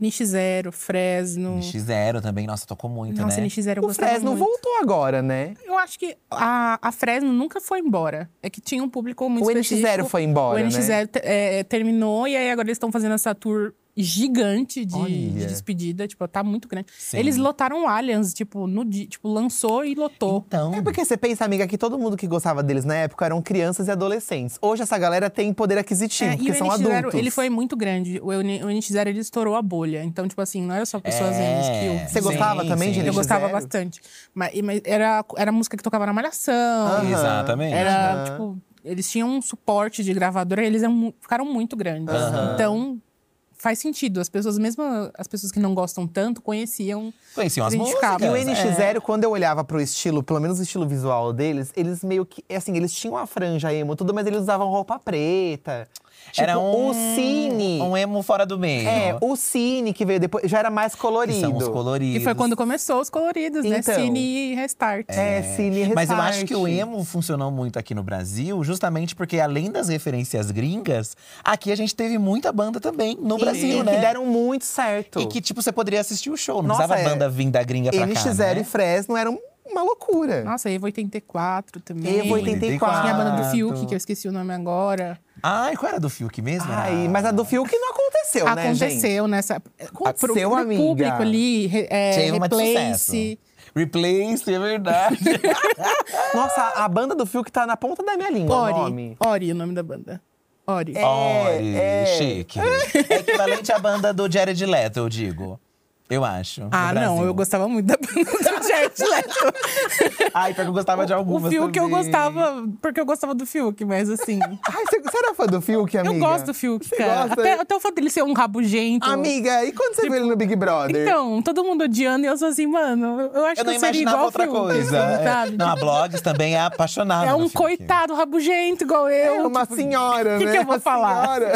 C: NX Zero,
A: Hum.
C: Fresno.
B: NX Zero também, nossa, tocou muito,
C: Nossa,
B: né?
C: NX Zero eu
A: O
C: gostava
A: Fresno
C: muito.
A: voltou agora, né?
C: Eu acho que a, a Fresno nunca foi embora. É que tinha um público muito
A: O NX0
C: específico.
A: foi embora,
C: O NX0
A: né?
C: te- é, terminou e aí agora eles estão fazendo essa tour gigante de,
A: Olha.
C: de despedida. Tipo, tá muito grande.
B: Sim.
C: Eles lotaram o Allianz, tipo, no dia. Tipo, lançou e lotou.
B: Então,
A: É porque você pensa, amiga, que todo mundo que gostava deles na época eram crianças e adolescentes. Hoje essa galera tem poder aquisitivo,
C: É, e
A: porque
C: o
A: são
C: NX0,
A: adultos.
C: ele foi muito grande. O, N- o NX0, ele estourou a bolha. Então, tipo assim, não era só pessoas
B: É.
C: emos que eu.
A: Você gostava
B: Sim,
A: também
B: sim.
A: de NX0?
C: Eu gostava bastante. Mas, e- mas era, era música que tocava na Malhação.
A: Aham.
B: Exatamente.
C: Era,
A: Aham.
C: tipo, eles tinham um suporte de gravadora, eles eram mu- ficaram muito grandes.
B: Aham.
C: Então, faz sentido. As pessoas, mesmo as pessoas que não gostam tanto, conheciam.
B: conheciam as
C: A gente
B: músicas.
C: ficava.
A: E o
C: É.
A: NX0, quando eu olhava pro estilo, pelo menos o estilo visual deles, eles meio que. Assim, eles tinham a franja emo, tudo, mas eles usavam roupa preta. Tipo,
B: Era um,
A: o Cine.
B: Um emo fora do meio.
A: É, o Cine que veio depois já era mais
B: Que
A: colorido.
B: são os coloridos.
C: E foi quando começou os coloridos, né?
A: Então.
C: Cine e Restart.
A: É, Cine
B: Mas eu acho
A: Restart.
B: que o emo funcionou muito aqui no Brasil, justamente porque além das referências gringas, aqui a gente teve muita banda também no
A: E-
B: Brasil,
A: e
B: né?
A: que deram muito certo.
B: E que, tipo, você poderia assistir o show. Não
A: Nossa,
B: precisava
A: é.
B: a banda vir da gringa pra cá,
A: NX0
B: né?
A: e Fresno eram uma loucura.
C: Nossa, Evo 84 também.
A: Evo 84.
C: Tinha a banda do Fiuk, que eu esqueci o nome agora.
B: Ai, qual era do Fiuk mesmo? Era-
A: Ai, mas a do Fiuk não aconteceu, né, gente?
C: né? Aconteceu nessa. eh,
B: Ah,
C: Com o
A: Aconteceu, amiga.
C: público ali, re- é,
B: Teve uma de
C: Replace.
B: sucesso. Replace, é verdade.
A: Nossa, a a banda do Fiuk tá na ponta da minha língua, o
C: Ori.
A: nome.
C: Ori, o nome da banda. Ori.
B: É. Olha,
A: é.
B: chique. É equivalente à banda do Jared Leto, eu digo. Eu acho. no
C: Ah, não,
B: Brasil.
C: eu gostava muito da banda do Jared Leto.
B: Ai, porque eu gostava de
C: o
B: algumas
C: Fiuk eu
B: também.
C: gostava, porque eu gostava do Fiuk, mas assim.
A: Ai, você, você era fã do Fiuk, amiga?
C: eu gosto do Fiuk,
A: Você
C: cara.
A: gosta?
C: Até, até o fato dele ser um rabugento.
A: Amiga, e quando você viu ele no Big Brother?
C: Tipo, Então, todo mundo odiando e eu sou assim, mano, eu acho
B: Eu
C: que
B: não
C: eu seria
B: imaginava
C: igual
B: outra
C: ao Fiuk, assim,
B: coisa. É.
C: sabe?
B: Não, a Blogs também é apaixonada.
C: é
B: no
C: um
B: Fiuk.
C: coitado rabugento igual eu.
A: é uma
C: tipo,
A: senhora,
C: que
A: né?
C: que eu vou
A: Uma
C: falar?
A: senhora.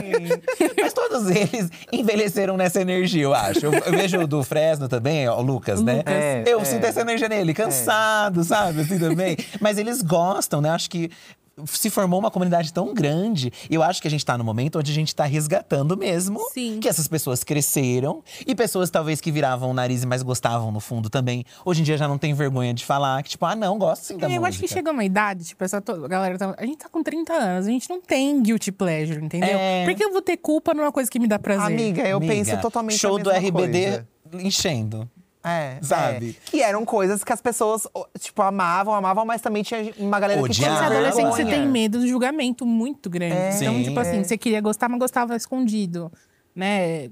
B: Mas todos eles envelheceram nessa energia, eu acho. Eu, eu vejo o do Fresno também, ó, o Lucas, né?
A: Lucas. É,
B: eu
A: é.
B: sinto essa energia nele, cansado, sabe? Assim também. Mas eles gostam, né? Acho que. Se formou uma comunidade tão grande, e eu acho que a gente tá no momento onde a gente tá resgatando mesmo
C: Sim.
B: que essas pessoas cresceram e pessoas talvez que viravam o nariz e mais gostavam no fundo também. Hoje em dia já não tem vergonha de falar que, tipo, ah, não, gosto sim da
C: Eu
B: música.
C: acho que chega uma idade, tipo, essa to- galera, tá- a gente tá com 30 anos, a gente não tem guilty pleasure, entendeu?
B: É.
C: Por que eu vou ter culpa numa coisa que me dá prazer?
A: Amiga, eu
B: Amiga,
A: penso totalmente
B: Show
A: a
B: do
A: mesma
B: RBD
A: coisa.
B: enchendo.
A: É,
B: Sabe?
A: é. Que eram coisas que as pessoas, ó, tipo, amavam, amavam, mas também tinha uma galera
B: Odiava.
C: Quando você é
A: que tinha
C: adolescente, você
A: vergonha.
C: tem medo do julgamento muito grande. então,
B: Sim,
C: tipo assim, você queria gostar, mas gostava escondido, né?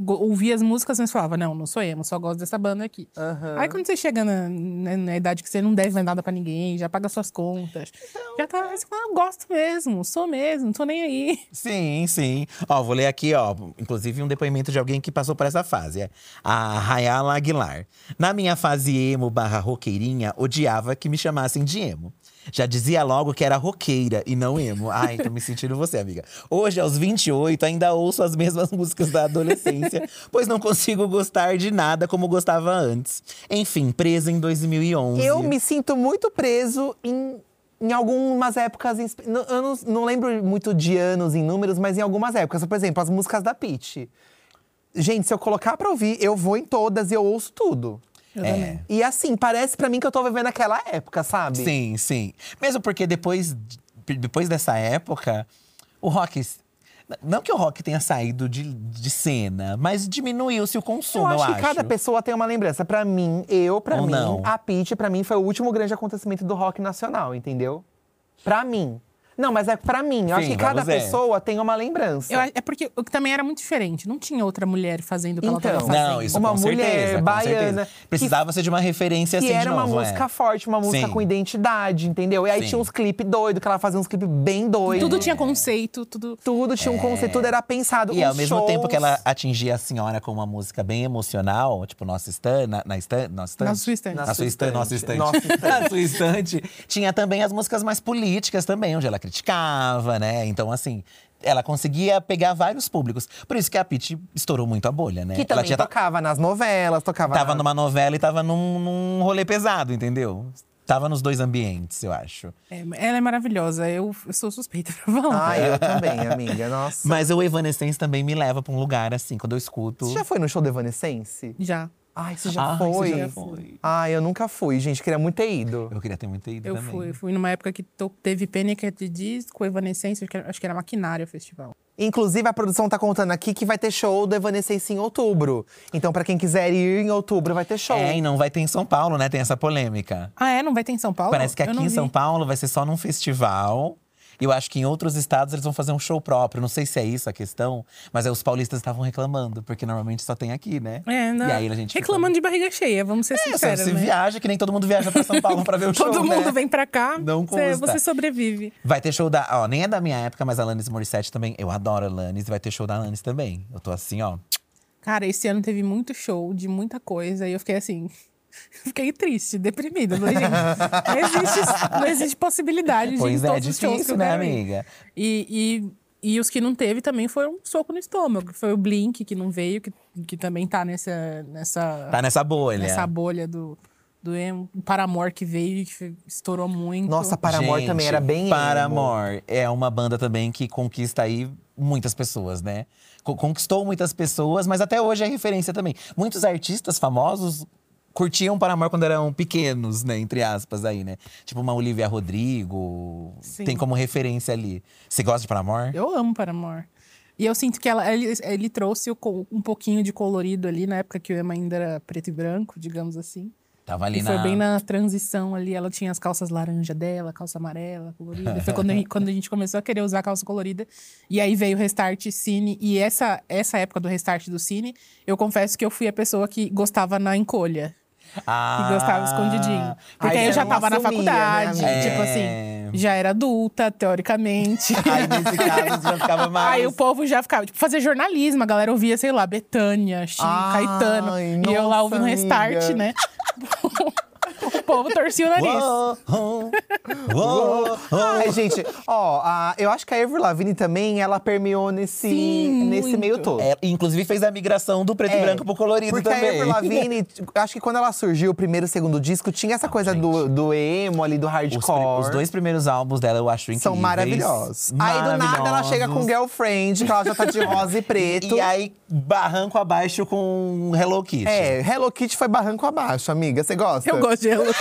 C: Go- Ouvia as músicas, mas falava, não, não sou emo, só gosto dessa banda aqui.
A: Aham.
C: Aí quando você chega na, na- na idade que você não deve mais nada pra ninguém, já paga suas contas, já tá, aí você fala, ah, gosto mesmo, sou mesmo, não tô nem aí.
B: Sim, sim. Ó, vou ler aqui, ó, inclusive um depoimento de alguém que passou por essa fase. É a Rayala Aguilar. Na minha fase emo barra roqueirinha, odiava que me chamassem de emo. Já dizia logo que era roqueira e não emo. Ai, tô me sentindo você, amiga. Hoje, aos 28, ainda ouço as mesmas músicas da adolescência, pois não consigo gostar de nada como gostava antes. Enfim, presa em 2011.
A: Eu me sinto muito preso em, em algumas épocas. em espe- n- Eu não, não lembro muito de anos em números, mas em algumas épocas. Por exemplo, as músicas da Pitty. Gente, se eu colocar pra ouvir, eu vou em todas e eu ouço tudo.
B: é.
A: E assim, parece pra mim que eu tô vivendo aquela época, sabe?
B: Sim, sim. Mesmo porque depois, de- depois dessa época, o rock. Não que o rock tenha saído de, de cena, mas diminuiu-se o
A: Eu
B: consumo, eu
A: acho
B: acho.
A: que cada pessoa tem uma lembrança. Pra mim, eu, pra
B: Ou
A: mim,
B: não.
A: a Pitty, pra mim foi o último grande acontecimento do rock nacional, entendeu? Pra mim. Não, mas é pra mim. Eu acho
B: Sim, é.
A: que cada
B: vamos ver.
A: pessoa tem uma lembrança.
C: Eu a- é porque o que também era muito diferente. Não tinha outra mulher fazendo o que ela
A: Então.
C: tava fazendo.
B: Não, isso
A: Uma
B: com
A: mulher
B: certeza, com
A: baiana
B: certeza. Precisava ser de uma referência
A: que
B: assim de
A: era
B: novo,
A: uma música
B: é.
A: forte, uma música
B: Sim.
A: com identidade, entendeu? E aí
B: Sim.
A: tinha uns clipes doidos, que ela fazia uns clipes bem doidos.
C: Tudo tinha conceito, tudo.
A: Tudo tinha um conceito, tudo era pensado.
B: É. E ao
A: Uns
B: mesmo tempo que
A: shows.
B: ela atingia a senhora com uma música bem emocional, tipo Nossa Stan, na, na Stan, nossa Stan,
C: Na sua estante.
B: Na,
A: Na
B: sua
A: sua
B: estante, nossa
A: estante.
B: estante.
A: Nossa
B: na sua estante. Tinha também as músicas mais políticas também, onde ela criticava, né? Então, assim, ela conseguia pegar vários públicos. Por isso que a Pitty estourou muito a bolha, né?
A: Que
B: ela
A: também
B: tinha,
A: tocava nas novelas, tocava…
B: tava
A: na-
B: numa novela e tava num, num rolê pesado, entendeu? Tava nos dois ambientes, eu acho.
C: É, ela é maravilhosa. Eu, eu sou suspeita pra falar.
A: Ah, eu também, amiga. Nossa.
B: Mas o Evanescence também me leva pra um lugar, assim, quando eu escuto.
A: Você já foi no show do Evanescence?
C: Já.
A: Ai, você já
B: Ah, você
A: foi?
B: já foi.
A: Ai, eu nunca fui, gente. Queria muito ter ido.
B: Eu queria ter muito ido
C: Eu
B: também.
C: fui, fui numa época que to- teve Panic at the Disco, Evanescence, acho que era- acho que era Maquinária o festival.
A: Inclusive, a produção tá contando aqui que vai ter show do Evanescence em outubro. Então, pra quem quiser ir em outubro, vai ter show.
B: É, e não vai ter em São Paulo, né? Tem essa polêmica.
C: Ah, é? Não vai ter em São Paulo?
B: Parece que
C: Eu
B: aqui
C: não
B: em
C: vi.
B: São Paulo vai ser só num festival. E Eu acho que em outros estados eles vão fazer um show próprio. Não sei se é isso a questão, mas aí os paulistas estavam reclamando, porque normalmente só tem aqui, né?
C: É, não.
B: E aí a gente fica-
C: Reclamando de barriga cheia, vamos ser
B: É, você,
C: sinceros.
B: você
C: né?
B: viaja, que nem todo mundo viaja pra São Paulo pra ver o show.
C: Todo
B: né?
C: mundo vem pra cá,
B: Não
C: você,
B: consta.
C: você sobrevive.
B: Vai ter show da. Ó, nem é da minha época, mas a Alanis Morissette também. Eu adoro a Alanis e vai ter show da Alanis também. Eu tô assim, ó.
C: Cara, esse ano teve muito show de muita coisa e eu fiquei assim. Fiquei triste, deprimida. Eu Falei, gente, não existe, não existe possibilidade de ir
B: Pois
C: em
B: é,
C: todos os shows que
B: difícil,
C: eu
B: né,
C: quero ir.
B: amiga?
C: E, e, e os que não teve também foram um soco no estômago. Foi o Blink que não veio, que, que também tá nessa, nessa,
B: Tá nessa bolha.
C: nessa bolha do, do emo. O Paramore que veio e que fe- estourou muito.
A: Nossa, Paramore
B: então, Gente,
A: também era bem emo.
B: Paramore é uma banda também que conquista aí muitas pessoas, né? Co- Conquistou muitas pessoas, mas até hoje é referência também. Muitos artistas famosos curtiam Paramore quando eram pequenos, né? Entre aspas aí, né? Tipo uma Olivia Rodrigo,
C: Sim.
B: tem como referência ali. Você gosta de Paramore?
C: Eu amo Paramore. E eu sinto que ela, ele, ele trouxe o co- um pouquinho de colorido ali, na época que o emo ainda era preto e branco, digamos assim.
B: Tava ali
C: E
B: na...
C: foi bem na transição ali. Ela tinha as calças laranja dela, calça amarela, colorida. Foi quando, a gente- quando a gente começou a querer usar calça colorida. E aí veio o Restart Cine. E essa, essa época do Restart do Cine, eu confesso que eu fui a pessoa que gostava na encolha. Que
B: Ah,
C: gostava escondidinho. Porque
A: Aí
C: aí eu
A: você
C: já
A: não
C: tava na
A: assumia,
C: faculdade.
A: né,
B: amiga?
C: Tipo
B: É.
C: assim, já era adulta, teoricamente.
B: Aí nesse caso já ficava mais...
C: Aí o povo já ficava, tipo, fazer jornalismo, a galera ouvia, sei lá, Betânia, Chico,
A: Ai,
C: Caetano. e eu lá
A: nossa,
C: ouvindo restart,
A: amiga.
C: né? o povo torcia o nariz.
B: Uou, uou, uou, uou.
A: Ai, gente, ó, a- eu acho que a Avril Lavigne também, ela permeou nesse,
C: Sim,
A: nesse
C: muito.
A: meio todo.
B: É, inclusive fez a migração do preto e
A: Tipo, É,
B: branco pro colorido
A: Porque a
B: também.
A: Avril Lavigne, t- acho que quando ela surgiu, o primeiro e segundo disco, tinha essa coisa do, do emo ali, do
B: Ah, Os, pri-
A: hardcore.
B: os dois primeiros álbuns dela eu acho incríveis.
A: São maravilhosos. Aí do nada ela chega com
B: maravilhosos.
A: Girlfriend, que ela já tá de rosa e preto.
B: E aí, barranco abaixo com Hello Kitty.
A: É, Hello Kitty foi barranco abaixo, amiga. Você gosta?
C: Eu gosto de Hello Kitty.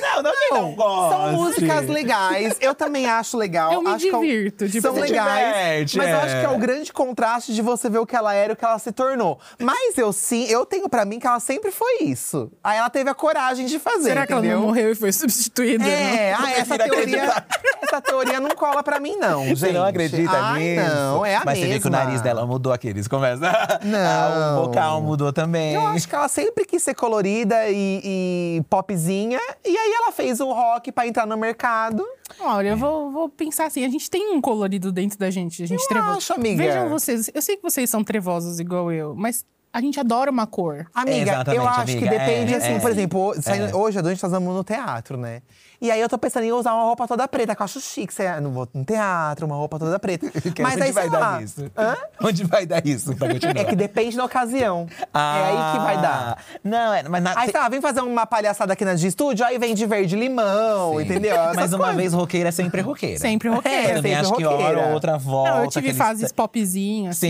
B: Não, não, que não gosto.
A: São músicas legais. Eu também acho legal.
C: Eu me
A: acho que é o-
C: divirto, tipo,
A: são
C: se
A: legais.
B: diverte,
A: mas eu
B: é.
A: acho que é o grande contraste de você ver o que ela era e o que ela se tornou. Mas eu sim, eu tenho pra mim que ela sempre foi isso. Aí ela teve a coragem de fazer.
C: Será que ela não
A: entendeu?
C: morreu e foi substituída? né?
A: É, ah, essa
B: prefiro
A: teoria, essa teoria não cola pra mim, não.
B: Você não
A: gente.
B: acredita
A: ah,
B: nisso?
A: Não, é a
B: Mas
A: mesma.
B: você vê que o nariz dela mudou aqueles, começa. Ah,
A: Não.
B: o vocal mudou também.
A: Eu acho que ela sempre quis ser colorida e, e popzinha. E aí ela fez o rock pra entrar no mercado.
C: Olha, eu vou, vou pensar assim, a gente tem um colorido dentro da gente, a gente
A: Eu
C: trevoso.
A: acho, amiga.
C: Vejam vocês, eu sei que vocês são trevosos igual eu, mas a gente adora uma cor.
A: Amiga,
B: É, Exatamente,
A: eu acho
B: amiga,
A: que depende,
B: é,
A: assim,
B: é.
A: por exemplo, saindo-
B: É.
A: hoje à noite nós vamos no teatro, né? E aí eu tô pensando em usar uma roupa toda preta, que eu acho chique. Você "Ah, não vou no teatro, uma roupa toda preta. Mas
B: Onde
A: aí
B: vai
A: sei
B: dar
A: lá.
B: isso? Onde vai dar isso pra continuar?
A: É que depende da ocasião. É aí
B: Ah.
A: que vai dar.
B: Não, é, mas na,
A: Aí, sei lá, vem fazer uma palhaçada aqui na de estúdio, aí vem de verde limão, entendeu? Essas
B: Mas uma
A: coisas.
B: vez roqueira é sempre roqueira.
C: Sempre roqueiro.
A: É,
B: Eu também
A: sempre
B: acho que
A: roqueira.
B: hora ou outra volta.
C: Não, Ah, eu tive
B: aqueles-
C: fases popzinha, assim.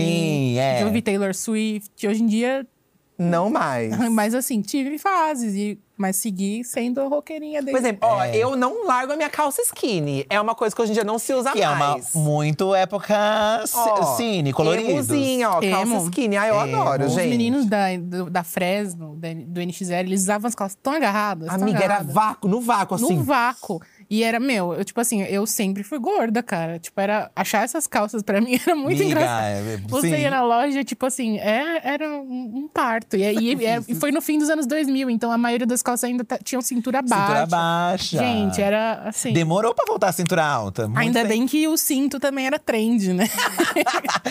B: Sim, é.
C: Eu vi Taylor Swift. Hoje em dia,
A: Não mais.
C: mas assim, tive fases. E Mas seguir sendo roqueirinha
A: Por
C: desde
A: exemplo, ó,
B: É.
A: eu não largo a minha calça skinny. É uma coisa que hoje em dia não se usa
B: Que é uma
A: mais.
B: muito época ci-
A: Ó,
B: cine, coloridos.
A: Emozinha, ó, calça
C: Emo.
A: skinny. Ai, eu
B: Emo.
A: adoro,
C: Os
A: gente.
C: meninos da, do- da Fresno, da- do NX0, eles usavam as calças tão agarradas. tão
A: Amiga, era
C: agarradas.
A: vácuo, no vácuo, assim.
C: No vácuo. E era, meu, eu, tipo assim, eu sempre fui gorda, cara. Tipo, era achar essas calças pra mim era muito
B: Miga,
C: engraçado.
B: é,
C: Você
B: sim.
C: ia na loja, tipo assim, é- era um um parto. E, aí- e- e- e foi no fim dos anos 2000, então a maioria das calças ainda tá- tinham cintura baixa.
B: Cintura baixa.
C: Gente, era assim.
B: Demorou pra voltar a cintura alta. muito
C: Ainda
B: tempo.
C: bem que o cinto também era trend, né?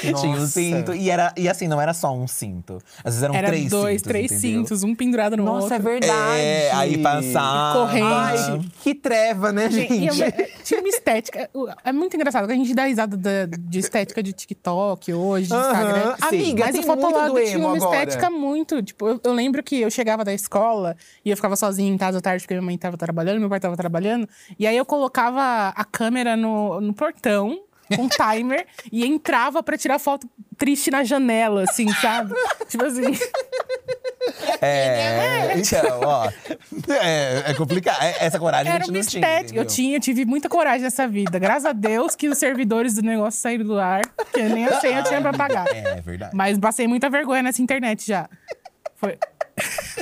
B: Tinha um
A: Nossa.
B: cinto. E, era, e assim, não era só um cinto. Às vezes eram
C: Era
B: três
C: dois,
B: cintos,
C: três
B: entendeu?
C: cintos, um pendurado no
A: Nossa, é
C: outro.
A: verdade.
B: É, aí passava.
A: Ai,
C: Corrente.
A: que treva, né,
C: Gente, e
A: gente?
C: é uma- tinha uma estética. o- É muito engraçado que a gente dá risada da- de estética de TikTok hoje, de
A: Aham.
C: Instagram.
A: Sim. Amiga,
C: mas
A: tem
C: o
A: muito do
C: Fotolog
A: emo
C: tinha uma
A: agora.
C: estética muito. Tipo, eu, eu lembro que eu chegava da escola e eu ficava sozinha em casa à tarde, porque minha mãe tava trabalhando, meu pai tava trabalhando. E aí eu colocava a câmera no, no portão. Com timer e entrava pra tirar foto triste na janela, assim, sabe? tipo assim. né,
B: É, então, ó. É, é complicado. É, Essa coragem a
C: Era
B: gente
C: uma
B: não tinha.
C: estética. Eu
B: entendeu?
C: tinha, eu tive muita coragem nessa vida. Graças a Deus que os servidores do negócio saíram do ar, porque nem a senha eu tinha pra pagar.
B: É verdade.
C: Mas passei muita vergonha nessa internet já. Foi.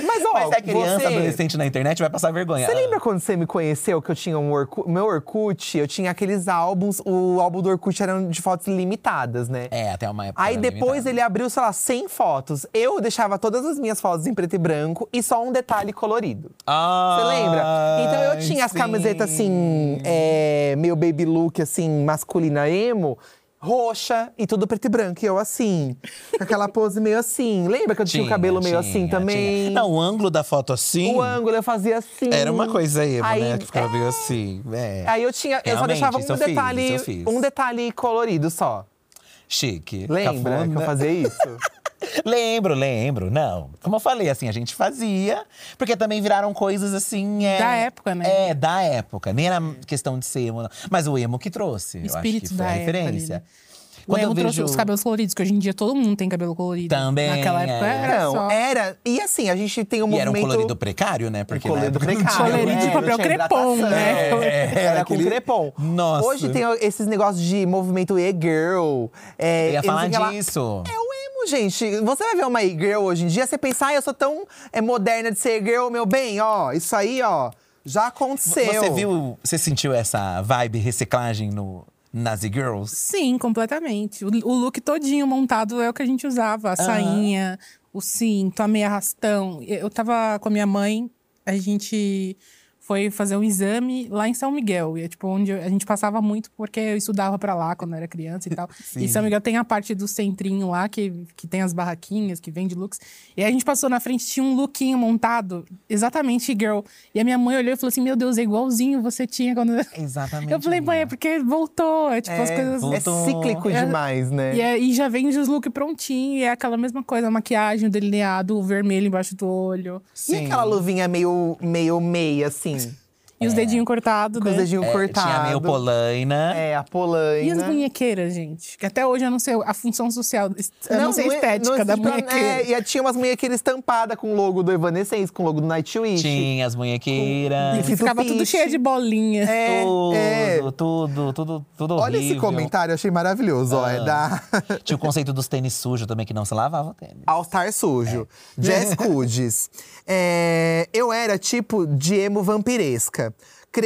A: Mas, ó,
B: Mas é criança,
A: você...
B: adolescente né? na internet, vai passar vergonha.
A: Você lembra quando você me conheceu, que eu tinha um Orkut? Meu Orkut, eu tinha aqueles álbuns. O álbum do Orkut era de fotos limitadas, né?
B: É, até uma época.
A: Aí
B: era
A: depois
B: limitada.
A: ele abriu, sei lá, 100 fotos. Eu deixava todas as minhas fotos em preto e branco e só um detalhe colorido. Você lembra? Então eu
B: Ai,
A: tinha as
B: sim.
A: camisetas assim, é, meio baby look, assim, masculina emo, roxa e tudo preto e branco. E eu assim, com aquela pose meio assim. Lembra que eu tinha, o cabelo meio
B: tinha,
A: assim
B: tinha.
A: também?
B: Não, o ângulo da foto assim.
A: O ângulo eu fazia assim.
B: Era uma coisa emo,
A: Aí-
B: né? Que ficava meio assim. É.
A: Aí eu tinha, eu só
B: Realmente,
A: deixava
B: isso
A: um
B: eu fiz,
A: detalhe,
B: isso eu fiz.
A: um detalhe colorido só.
B: Chique.
A: Lembra que
B: cafona.
A: eu fazia isso?
B: Lembro, lembro. Não. Como eu falei, assim, a gente fazia, porque também viraram coisas assim. é-
C: Da época, né?
B: É, da época. Nem era questão de ser emo, não. Mas o emo que trouxe. eu acho que
C: Espírito
B: foi
C: da
B: a
C: época ali,
B: referência.
C: né? O emo trouxe os cabelos coloridos, que hoje em dia todo mundo tem cabelo colorido.
B: Também,
C: Naquela época
B: é.
C: era
A: Não,
C: só.
A: era. E assim, a gente tem um
B: E era um
A: movimento.
B: colorido precário, né? Porque na
A: colorido
B: época não tinha
A: Um precário, né?
B: o
C: Colorido de
B: emo.
C: papel
A: tinha
C: crepom,
A: hidratação.
C: né?
B: É,
A: Era
B: aquele-
A: com crepom.
B: Nossa.
A: Hoje tem esses negócios de movimento e-girl. É,
B: Eu ia
A: e não sei
B: falar
A: o que lá.
B: disso.
A: É o emo, gente. Você vai ver uma e-girl hoje em dia, você pensa, ah, eu sou tão é, moderna de ser e-girl, meu bem, ó. Isso aí, ó, já aconteceu.
B: Você viu, você sentiu essa vibe reciclagem no Nazi Girls?
C: Sim, completamente. O, o look todinho montado é o que a gente usava. A sainha, o cinto, a meia arrastão. Eu tava com a minha mãe, a gente foi fazer um exame lá em São Miguel. E é tipo onde a gente passava muito, porque eu estudava pra lá quando eu era criança e tal. e São Miguel tem a parte do centrinho lá, que, que tem as barraquinhas, que vende looks. E a gente passou na frente, tinha um lookinho montado, exatamente girl. E a minha mãe olhou e falou assim, meu Deus, é igualzinho você tinha quando...
B: Exatamente.
C: Eu falei, mãe, é porque voltou. É tipo, as coisas.
A: É cíclico
C: É-
A: demais, né?
C: E, é- e já vem os look prontinho, e é aquela mesma coisa, a maquiagem, o delineado, o vermelho embaixo do olho.
A: E aquela luvinha meio, meio meia, assim,
C: E os dedinhos cortados,
A: com os
C: né?
A: dedinhos
B: É,
A: cortados.
B: Tinha meio polaina.
A: É, a polaina.
C: E as munhequeiras, gente? Que até hoje eu não sei a função social, eu não, sei a
A: é-
C: estética
A: não
C: da
A: existe pra- É,
C: munhequeira.
A: e tinha umas munhequeiras estampadas com o logo do Evanescence, com o logo do Nightwish.
B: Tinha as
C: E
B: munhequeiras.
A: Fita
C: ficava
A: piche.
C: tudo cheio de bolinha.
A: É,
B: tudo,
A: é.
B: tudo, tudo, tudo
A: Olha esse
B: horrível. Ah.
A: comentário, achei maravilhoso. Ó, é da
B: Tinha o conceito dos tênis sujos também, que não se lavava o tênis.
A: All Star Sujo. Jess Cudes. É, eu era tipo de emo vampiresca.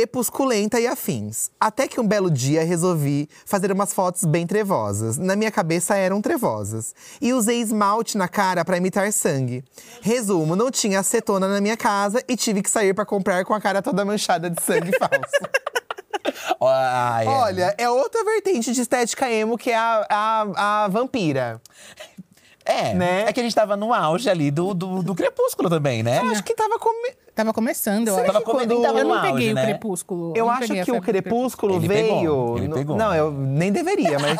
A: Crepusculenta e afins. Até que um belo dia resolvi fazer umas fotos bem trevosas. Na minha cabeça eram trevosas. E usei esmalte na cara pra imitar sangue. Resumo, não tinha acetona na minha casa e tive que sair pra comprar com a cara toda manchada de sangue falso.
B: Ah, é.
A: Olha, é outra vertente de estética emo que é a, a, a vampira.
B: É,
A: né?
B: é que a gente tava no auge ali do, do, do crepúsculo também, né?
A: Eu acho que tava come...
C: Tava começando, eu
A: Será
C: acho.
B: Tava comendo,
A: quando-
B: tava
C: Eu
B: no
C: não peguei
B: auge,
C: o
B: né?
C: crepúsculo.
A: Eu
C: não
A: acho
C: peguei a
A: que o
C: febre do
A: Crepúsculo
B: Ele
A: veio.
B: pegou, ele
A: no-
B: pegou.
A: Não, eu nem deveria, mas.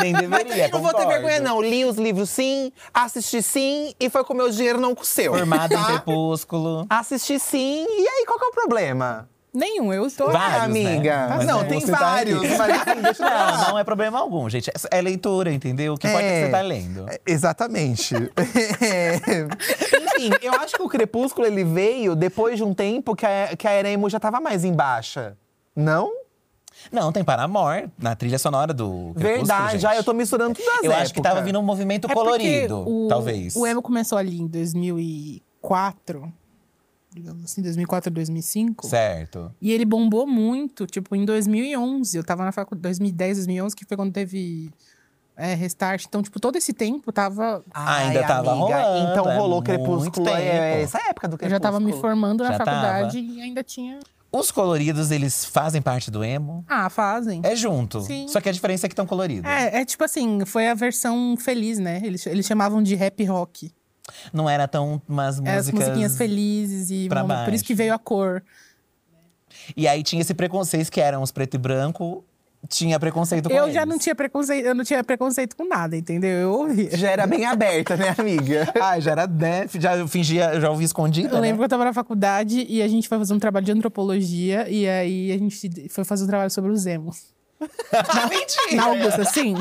B: Nem deveria,
A: não vou ter
B: concordo.
A: vergonha, não. Li os livros sim, assisti sim e foi com o meu dinheiro não com o seu.
B: Formado em
A: tá?
B: crepúsculo.
A: Assisti sim, e aí qual que é o problema?
C: Nenhum, eu tô.
B: Vai.
A: Ah,
B: Vários, né?
A: amiga.
B: Mas
A: Não,
B: aí
A: tem
B: você tá
A: vários.
B: aqui.
A: mas assim, deixa eu falar.
B: Não, não é problema algum, gente. É é leitura, entendeu? O que importa é que
A: É.
B: você tá lendo.
A: É, Exatamente. É. Enfim, eu acho que o Crepúsculo ele veio depois de um tempo que a, que a Eremu já tava mais em baixa. Não?
B: Não, tem Paramore na trilha sonora do Crepúsculo,
A: Verdade,
B: gente.
A: já eu tô misturando tudo as
B: Eu acho que
A: épocas.
B: tava vindo um movimento
C: É porque
B: colorido,
C: o-
B: talvez.
C: O emo começou ali em 2004, digamos assim, 2004, 2005.
B: Certo.
C: E ele bombou muito, tipo, em 2011. Eu tava na faculdade, 2010, 2011, que foi quando teve é, Restart. Então, tipo, todo esse tempo tava...
A: Ai,
B: Ainda tava rolando,
A: Então
B: é
A: rolou
B: muito
A: Crepúsculo. É,
B: tempo.
A: essa época do
C: Eu
A: Crepúsculo.
C: já tava me formando na
B: Já tava.
C: faculdade e ainda tinha...
B: Os coloridos, eles fazem parte do emo?
C: Ah, fazem.
B: É junto.
C: Sim.
B: Só que a diferença é que estão coloridos.
C: É, é tipo assim, foi a versão feliz, né? Eles, eles chamavam de rap rock.
B: Não era tão umas
C: É, as
B: músicas.
C: musiquinhas felizes e...
B: pra
C: Por isso que
B: baixo.
C: veio a cor.
B: E aí tinha esse preconceito que eram os preto e branco. Tinha preconceito com
C: Eu
B: eles.
C: já não tinha preconceito, eu não tinha preconceito com nada, entendeu? Eu ouvia.
A: Já era bem aberta, né, amiga?
B: Ah, já era def, já eu fingia, eu já ouvi escondida.
C: Eu
B: né?
C: lembro que eu tava na faculdade e a gente foi fazer um trabalho de antropologia e aí a gente foi fazer um trabalho sobre os emos.
B: Mentira!
C: Na Augusta, sim.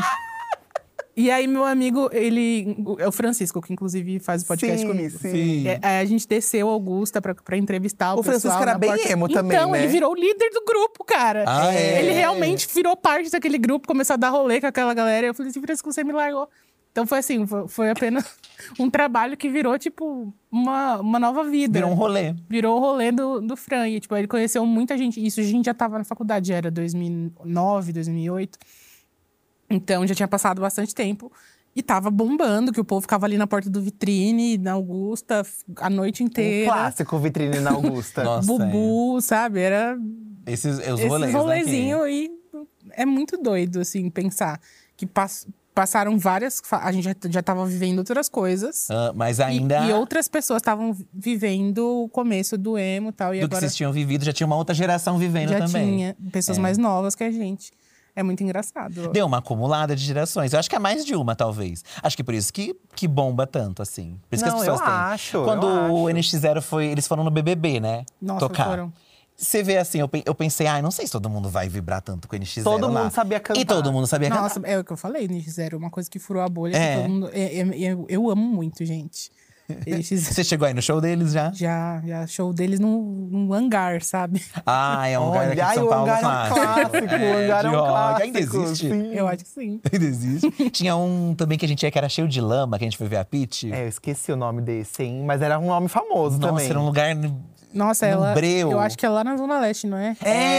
C: E aí meu amigo, ele é o Francisco, que inclusive faz o podcast
A: Sim,
C: comigo.
A: sim.
B: Sim.
C: É, aí a gente desceu Augusta pra, pra entrevistar o,
A: O Francisco
C: pessoal
A: era
C: na
A: bem
C: porta.
A: emo também,
C: Então,
A: né?
C: ele virou o líder do grupo, cara.
B: Ah, é?
C: Ele realmente virou parte daquele grupo, começou a dar rolê com aquela galera. E eu falei assim, Francisco, você me largou. Então foi assim, foi, foi apenas um trabalho que virou, tipo, uma, uma nova vida.
B: Virou um rolê.
C: Virou o rolê do, do Fran. E, tipo, ele conheceu muita gente. Isso a gente já tava na faculdade, era 2009, 2008. Então já tinha passado bastante tempo. E tava bombando, que o povo ficava ali na porta do vitrine, na Augusta, f- a noite
A: Um
C: inteira.
A: clássico vitrine na Augusta.
B: É Nossa.
C: Bubu, sabe? Era
B: Esses, é os
C: esses
B: rolês,
C: rolezinho
B: né?
C: e é muito doido, assim, pensar que pass- passaram várias. fa- A gente já, já tava vivendo outras coisas.
B: que- Ah, mas
C: E-
B: ainda
C: E, outras pessoas estavam vivendo o começo do emo e tal. E
B: do que
C: agora
B: vocês tinham vivido, já tinha uma outra geração vivendo
C: já
B: também. É.
C: tinha pessoas mais novas que a gente. É muito engraçado.
B: Deu uma acumulada de gerações. Eu acho que é mais de uma, talvez. Acho que por isso que, que bomba tanto, assim. Por isso que
A: Não,
B: as pessoas
A: eu
B: têm.
A: acho, eu
B: Quando o
A: acho.
B: NX0 foi. Eles foram no BBB, né?
C: Nossa,
B: Tocar.
C: foram.
B: Você vê assim, eu, pe- eu pensei, ai, não sei se todo mundo vai vibrar tanto com o NX0.
A: Todo
B: lá.
A: mundo sabia cantar.
B: E todo mundo sabia cantar.
C: Nossa, é o que eu falei, NX Zero, uma coisa que furou a bolha. que
B: É.
C: todo mundo- é, é, é, eu, eu amo muito, gente. NX
B: Você chegou aí no show deles já?
C: já, já show deles num, num hangar, sabe?
B: Ah, é um lugar
A: Olha,
B: aqui de
A: ai,
B: São
A: o
B: Paulo
A: hangar é um
B: clássico.
A: clássico, o hangar é
B: de
A: um
B: rock. Ainda
A: clássico,
B: existe?
A: sim.
C: Eu acho assim. que sim.
B: Ainda existe. Tinha um também que a gente ia que era cheio de lama, que a gente foi ver a Pete.
A: É, eu esqueci o nome desse, hein? Mas era um nome famoso
B: Nossa,
A: também.
B: era um lugar.
C: Nossa,
B: Num
C: ela.
B: breu.
C: Eu acho que é lá na Zona Leste, não é?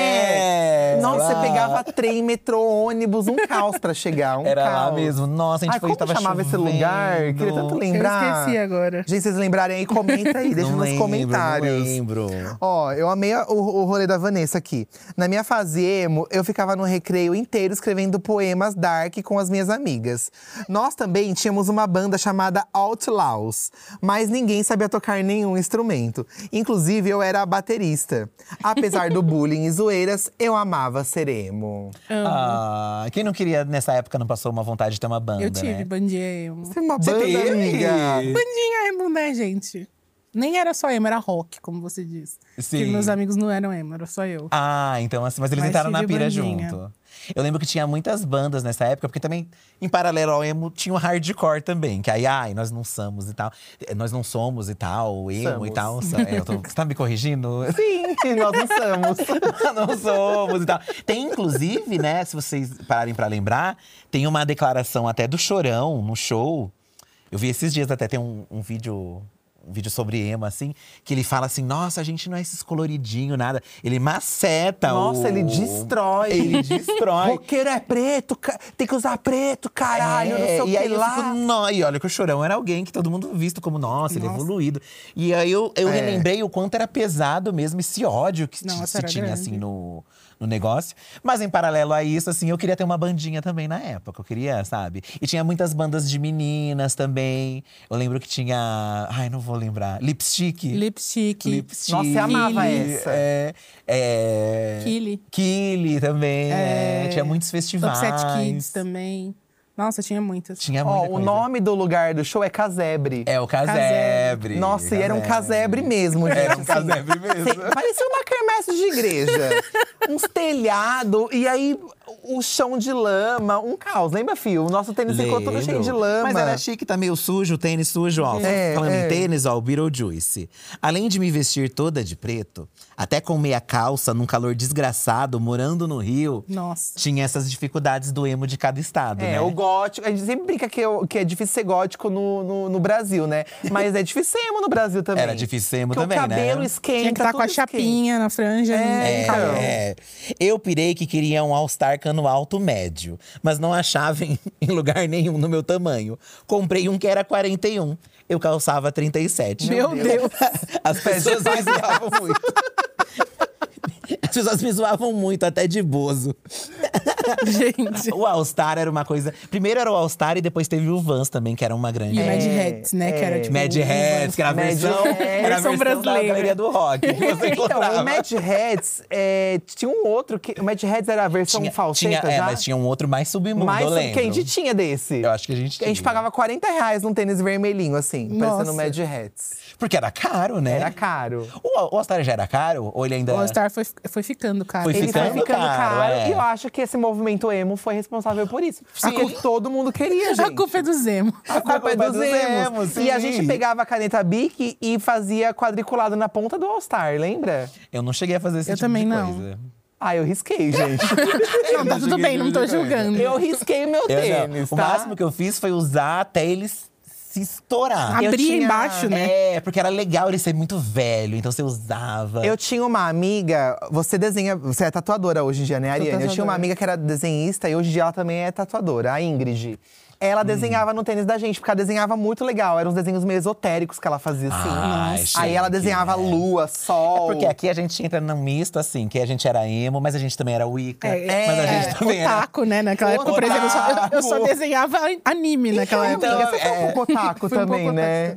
B: É!
A: Nossa,
B: lá.
A: você pegava trem, metrô, ônibus, um caos pra chegar. Um
B: Era
A: caos.
B: lá mesmo. Nossa, a gente
A: Ai,
B: foi
A: como
B: tava
A: chamava esse
B: chovendo.
A: lugar? Queria tanto lembrar.
C: Eu esqueci agora.
A: Gente, vocês lembrarem aí, comenta aí, deixa
B: Não
A: nos
B: lembro,
A: comentários.
B: Não lembro.
A: Ó, eu amei a- o, o rolê da Vanessa aqui. Na minha fase emo, eu ficava no recreio inteiro escrevendo poemas dark com as minhas amigas. Nós também tínhamos uma banda chamada Outlaws, mas ninguém sabia tocar nenhum instrumento. Inclusive, eu era a baterista. Apesar do bullying e zoeiras, eu amava ser emo.
B: Ah, quem não queria, nessa época, não passou uma vontade de ter uma banda,
C: Eu tive
B: né?
C: bandinha emo.
A: Você é uma
B: Você
A: banda,
B: teve?
A: amiga?
C: Bandinha emo, né, gente? Nem era só emo, era rock, como você diz.
B: Sim.
C: Que meus amigos não eram emo, era só eu.
B: Ah, então assim, mas eles
C: Mas
B: entraram na
C: tive
B: pira
C: bandinha.
B: junto. Eu lembro que tinha muitas bandas nessa época, porque também, em paralelo ao emo, tinha o hardcore também. Que aí, ai, nós não somos e tal. Eh, Nós não somos e tal, emo e
A: Somos.
B: tal. so- é, eu tô- você tá me corrigindo?
A: Sim, nós não somos.
B: não somos e tal. Tem, inclusive, né, se vocês pararem pra lembrar, tem uma declaração até do Chorão no show. Eu vi esses dias até tem um, um vídeo. Um vídeo sobre emo, assim, que ele fala assim: nossa, a gente não é esses coloridinho, nada. Ele maceta o.
A: Nossa, ele destrói.
B: Ele destrói.
A: Roqueiro é preto, ca- tem que usar preto, caralho, não
B: É,
A: sei o
B: e
A: que
B: aí eu
A: lá.
B: fico, "Nó", e olha que o Chorão era alguém que todo mundo visto como, nossa, ele é evoluído. E aí eu, eu
A: É.
B: relembrei o quanto era pesado mesmo esse ódio que
C: Nossa,
B: se
C: era
B: tinha,
C: grande.
B: assim, no, no negócio. Mas em paralelo a isso, assim, eu queria ter uma bandinha também na época. Eu queria, sabe? E tinha muitas bandas de meninas também. Eu lembro que tinha… Ai, não vou lembrar. Lipstick.
C: Lipstick.
B: Lipstick.
A: Nossa, eu amava essa.
B: É, é...
C: Killy.
B: Killy também, é.
C: É.
B: Tinha muitos festivais.
C: Upset Kids também. Nossa, tinha muitas.
B: Tinha
A: Ó,
B: muita
A: o
B: coisa.
A: nome do lugar do show é Casebre.
B: É o casebre.
A: Nossa, e era um casebre mesmo, gente.
B: Era um
A: assim.
B: casebre mesmo.
A: Sim, Parecia uma quermesse de igreja. Uns telhado, e aí o chão de lama, um caos. Lembra, Fio? O nosso tênis ficou todo
B: Lembro.
A: cheio de lama.
B: Mas era chique, tá meio sujo, o tênis sujo, ó.
A: É,
B: Falando
A: é.
B: em tênis, ó, o Beetlejuice. Além de me vestir toda de preto, até com meia calça, num calor desgraçado, morando no Rio,
C: Nossa.
B: tinha essas dificuldades do emo de cada estado,
A: É,
B: né?
A: o gótico. A gente sempre brinca que, eu- que é difícil ser gótico no, no, no Brasil, né? Mas é difícil ser emo no Brasil também.
B: Era difícil ser emo
A: Porque
B: também,
A: o cabelo
B: né?
A: esquenta.
C: Tinha que estar com a
A: tudo esquenta.
C: chapinha na franja.
A: É,
C: né? Calor.
B: É. Eu pirei que queria um All-Star cano alto médio, mas não achava em, em lugar nenhum no meu tamanho. Comprei um que era 41. Eu calçava 37.
C: Meu Deus.
B: As pessoas me zoavam muito. As pessoas me zoavam muito, até de bozo.
C: Gente.
B: O All-Star era uma coisa. Primeiro era o All-Star e depois teve o Vans também, que era uma grande.
C: E o Mad
A: É,
C: Hats, né? Que era tipo.
B: Mad
C: um-
B: Hats, que era a
A: Mad
B: versão,
A: Hats.
B: era a
C: Versão
B: versão da
C: brasileira.
B: galeria do rock. que você
A: Então,
B: encontrava.
A: o Mad Heads é, tinha um outro que. O Mad Heads era a versão
B: tinha,
A: falseta
B: tinha- é,
A: já.
B: mas tinha um outro mais submundo,
A: Mas
B: eu lembro.
A: que a gente tinha desse.
B: Eu acho que a gente
A: A gente
B: tinha.
A: pagava 40 reais num tênis vermelhinho, assim, parecendo
C: Nossa.
A: um Mad Hats.
B: Porque era caro, né?
A: Era caro.
B: O, o All-Star já era caro? Ou ele ainda…
C: O All-Star foi, foi ficando, cara.
B: Foi
A: Ele
B: ficando
A: foi ficando
B: caro,
A: caro.
B: é.
A: E eu acho que esse movimento emo foi responsável por isso.
B: Sim.
A: Porque todo mundo queria, gente.
C: A culpa é do Zemo.
A: A culpa é dos, emos. E a
B: sim.
A: gente pegava a caneta Bic e fazia quadriculado na ponta do All Star, lembra?
B: Eu não cheguei a fazer esse
C: Eu
B: tipo
C: também
B: de
C: não.
B: coisa.
A: Ah, eu risquei, gente.
C: Não, tá tudo bem, não tô julgando.
A: é eu risquei meu
B: Eu não.
A: tênis,
B: O
A: tá?
B: máximo que eu fiz foi usar até eles se estourar.
A: Eu
C: Abria
A: tinha-
C: embaixo, né?
B: É, porque era legal ele ser muito velho, então você usava.
A: Eu tinha uma amiga, você desenha, você é tatuadora hoje em dia, né, Ariane? Eu tinha uma
C: tatuadora.
A: amiga que era desenhista e hoje em dia ela também é tatuadora, a Ingrid. Ela desenhava no tênis da gente, porque ela desenhava muito legal. Eram uns desenhos meio esotéricos que ela fazia, assim.
B: Ai,
A: Aí ela
B: chique,
A: desenhava
B: né?
A: lua,
B: É
A: sol.
B: porque aqui a gente entra num misto, assim, que a gente era emo, mas a gente também era
A: É,
B: wicca. É. mas a gente também era…
C: Otaku, né? Naquela época, por exemplo, eu só, eu- eu só
B: Otaku.
C: desenhava anime naquela
A: Então,
C: época.
A: amiga, você foi um
B: é.
A: pouco otaku
C: Fui um
A: também,
C: pouco
A: né?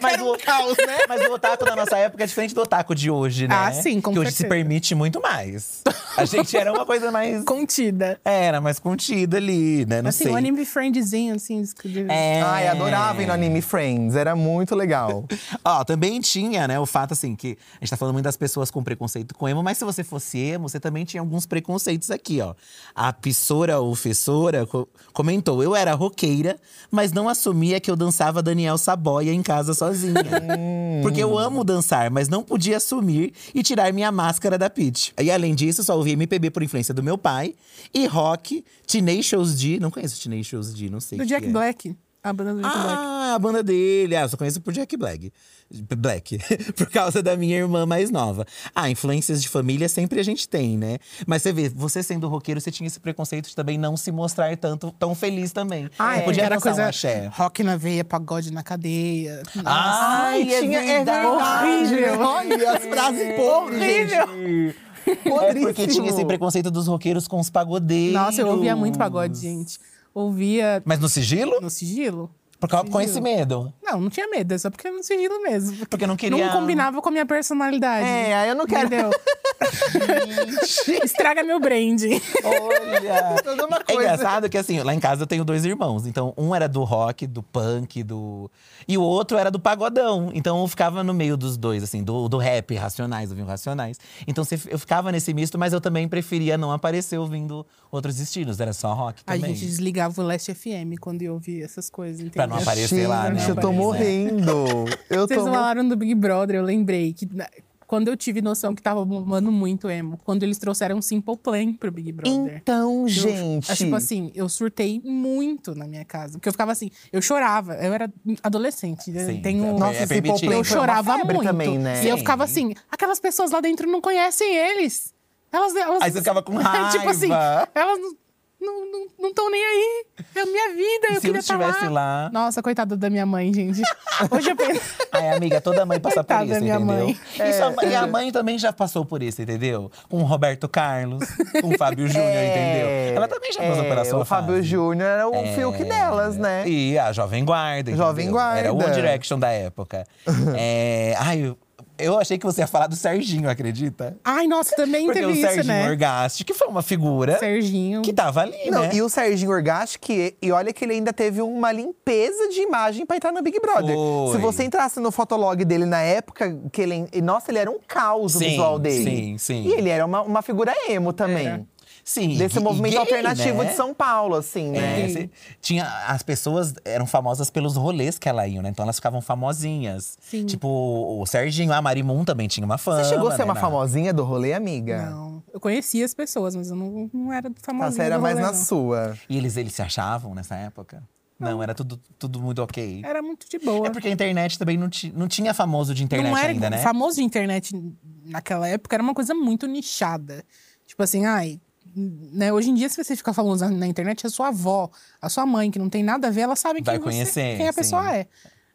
B: Mas
C: um
B: o, mas o otaku da nossa época é diferente do otaku de hoje, né?
C: né? Ah, sim, com
B: Que hoje se
C: certeza.
B: permite muito mais. A gente era uma coisa mais…
C: Contida.
B: Era mais contida ali, né? Não
C: assim,
B: sei.
C: um anime friendzinho, assim. escrevia-
B: É.
A: Ai, adorava ir no Anime Friends, era muito legal.
B: Ó, também tinha, né, o fato assim que a gente tá falando muito das pessoas com preconceito com emo, mas se você fosse emo, você também tinha alguns preconceitos aqui, ó. A pissoura ou fessora co- comentou: "Eu era roqueira, mas não assumia que eu dançava Daniel Saboia em casa sozinha.
C: Hum.
B: Porque eu amo dançar, mas não podia assumir e tirar minha máscara da pit. E além disso, só ouvi MPB por influência do meu pai e rock, Tenacious D, não conheço Tenacious D, não sei
C: Do
B: que
C: Jack
B: é.
C: Black. A banda do Jack Black.
B: Ah, a banda dele. Ah, eu só conheço por Jack Black. Black. por causa da minha irmã mais nova. Ah, influências de família sempre a gente tem, né? Mas você vê, você sendo roqueiro, você tinha esse preconceito de também não se mostrar tanto tão feliz também.
C: Ah,
B: você
C: é,
B: podia
C: era
B: dançar
C: coisa é,
B: um axé.
C: rock na veia, pagode na cadeia.
A: Ah,
B: Ai,
A: Ai, tinha- é
C: verdade.
B: Olha, as frases pobres,
A: Horrível.
B: gente. É
A: Podríssimo.
B: porque tinha esse preconceito dos roqueiros com os pagodeiros.
C: Nossa, eu ouvia muito pagode, gente. Ouvia
B: Mas no sigilo?
C: no sigilo.
B: Por causa, com esse medo.
C: Não, não tinha medo, é só porque era no sigilo mesmo.
B: Porque eu não queria-
C: Não combinava com a minha personalidade.
A: É, aí eu não quero.
C: Entendeu? Estraga meu branding.
A: Então,
B: Olha!
A: Toda uma
B: É
A: é coisa.
B: engraçado que, assim, lá em casa eu tenho dois irmãos. Então, um era do rock, do punk, do. E o outro era do pagodão. Então, eu ficava no meio dos dois, assim, do, do rap, Racionais, ouvindo Racionais. Então, se- eu ficava nesse misto, mas eu também preferia não aparecer ouvindo outros estilos. Era só rock
C: A
B: também.
C: gente desligava o Last FM quando eu ouvia essas coisas, entendeu?
B: Pra não aparecer lá, né?
A: Gente, eu tô
B: Aparecer.
A: morrendo. Eu
C: Vocês
A: tô morrendo.
C: falaram do Big Brother, eu lembrei que na- quando eu tive noção que tava bombando muito emo, quando eles trouxeram Simple Plan pro Big Brother.
A: Então,
C: Eu-
A: gente.
C: Tipo assim, eu surtei muito na minha casa. Porque eu ficava assim, eu chorava. Eu era adolescente. eu
B: Sim,
C: tenho um assim,
B: é
A: Nossa, esse
B: permitido.
A: Poplay
C: Eu
A: foi uma
C: chorava
A: febre
C: muito.
A: também, né?
C: E eu
B: Sim.
C: ficava assim, aquelas pessoas lá dentro não conhecem eles. Elas, elas
B: Aí você ficava com
C: tipo assim,
B: raiva.
C: elas não estão não, não tão nem aí. É a minha vida, eu
B: Se eu
C: queria estar
B: estivesse lá.
C: Nossa, coitada da minha mãe, gente. Hoje eu penso…
B: Ai, amiga, toda mãe passa por
C: Coitada
B: isso,
C: da minha
B: entendeu?
C: mãe. É.
B: E, sua mãe- e a mãe também já passou por isso, entendeu? Com o Roberto Carlos, com o Fábio Júnior,
C: É.
B: entendeu? Ela também já passou
A: é,
B: pela sua
A: O Fábio
B: fase. É.
A: Júnior era o Fiuk delas, né?
B: E a Jovem Guarda.
A: Jovem
B: entendeu? Era o One
A: Guarda.
B: Direction da época. é, ai, eu- Eu achei que você ia falar do Serginho, acredita?
C: Ai, nossa, também
B: Porque
C: teve
B: o Serginho
C: isso, né?
B: Orgasti, que foi uma figura
C: Serginho.
B: que tava ali,
A: Não,
B: né?
A: e o Serginho Orgasti, que e olha que ele ainda teve uma limpeza de imagem pra entrar no Big Brother.
B: Foi.
A: Se você entrasse no fotolog dele na época, que ele, e, nossa, ele era um caos o
B: Sim,
A: visual dele.
B: sim, sim.
A: E ele era uma, uma figura emo também.
C: Era.
B: Sim,
A: Desse
B: e- e
A: movimento
B: gay,
A: alternativo
B: né?
A: de São Paulo, assim, né?
B: É, cê- tinha, as pessoas eram famosas pelos rolês que ela ia, né? Então elas ficavam famosinhas.
C: Sim.
B: Tipo, o Serginho, a Marimun também tinha uma fama.
A: Você chegou a ser
B: né,
A: uma
B: na-
A: famosinha do rolê, amiga?
C: Não. Eu conhecia as pessoas, mas eu não, não era famosa.
A: Tá, você era mais na sua.
B: E eles, eles se achavam nessa época? Não, era tudo, tudo muito ok.
C: Era muito de boa.
B: É porque a internet também não, ti- não tinha famoso de internet
C: não era
B: ainda, né?
C: famoso de internet naquela época, era uma coisa muito nichada. Tipo assim, ai, né, hoje em dia se você ficar famoso na- na internet, a sua avó, a sua mãe, que não tem nada a ver, ela sabe
B: Vai
C: quem, você-
B: conhecer,
C: quem a
B: sim.
C: pessoa é.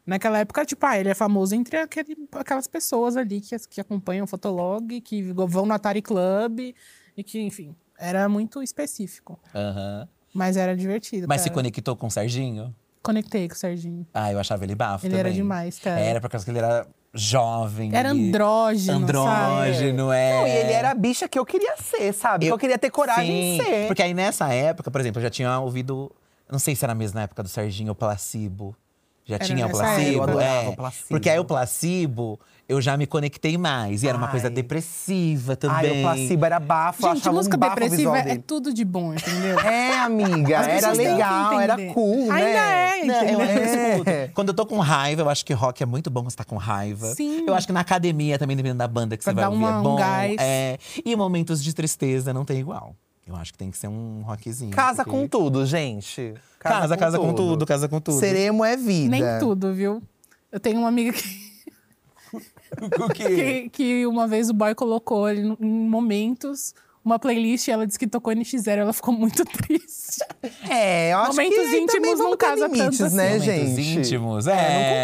C: Naquela época, tipo, ah, ele é famoso entre aquele- aquelas pessoas ali que, que acompanham o Fotolog, que vão no Atari Club e que, enfim, era muito específico.
B: Aham.
C: Mas era divertido.
B: Mas se
C: cara.
B: conectou com o Serginho?
C: Conectei com o Serginho.
B: Ah, eu achava ele bafo
C: Ele
B: também.
C: era demais, cara.
B: Era, por causa que ele era jovem.
C: Era
B: ele-
C: andrógeno, sabe?
B: Andrógeno, é.
A: Não, e ele era a bicha que eu queria ser, sabe? Que eu queria ter coragem
B: Sim,
A: de ser.
B: Porque aí nessa época, por exemplo, eu já tinha ouvido. Não sei se era mesmo na época do Serginho, o placebo. Já
C: Era
B: tinha o
C: nessa
B: placebo.
C: época. Eu
A: adorava
B: é.
A: o Placebo.
B: Porque aí o placebo, eu já me conectei mais. E era uma coisa
A: Ai.
B: depressiva
A: Ai,
B: também.
A: o placebo era bafo, eu
C: Gente,
A: achava
C: música
A: um bafo o
C: depressiva
A: visual
C: é
A: dele.
C: tudo de bom, entendeu?
A: É, amiga,
C: As
A: era
C: pessoas têm que
A: legal, era
C: entender.
A: cool, né?
C: Ainda é,
B: Não, eu, eu
C: entendeu?
A: É.
B: escuto. Quando eu tô com raiva, eu acho que rock é muito bom quando você tá com raiva.
C: Sim.
B: Eu acho que na academia também, dependendo da banda que
C: Pra
B: você vai
C: dar
B: ouvir,
C: uma-
B: é
C: um
B: bom.
C: gás.
B: É. E momentos de tristeza não tem igual. Eu acho que tem que ser um rockzinho.
A: Casa
B: porque-
A: com tudo, gente.
B: Casa, casa com tudo, casa com tudo.
A: Seremo é vida.
C: Nem tudo, viu? Eu tenho uma amiga que,
B: O quê?
C: que, que uma vez o boy colocou ele no- em momentos uma playlist e ela disse que tocou NX Zero. Ela ficou muito triste.
A: É, eu acho
C: Momentos
A: que aí também
C: íntimos
A: vamos
C: não
A: ter
C: casa tanto
A: limites,
C: assim.
A: né,
B: momentos
A: gente?
B: íntimos, é.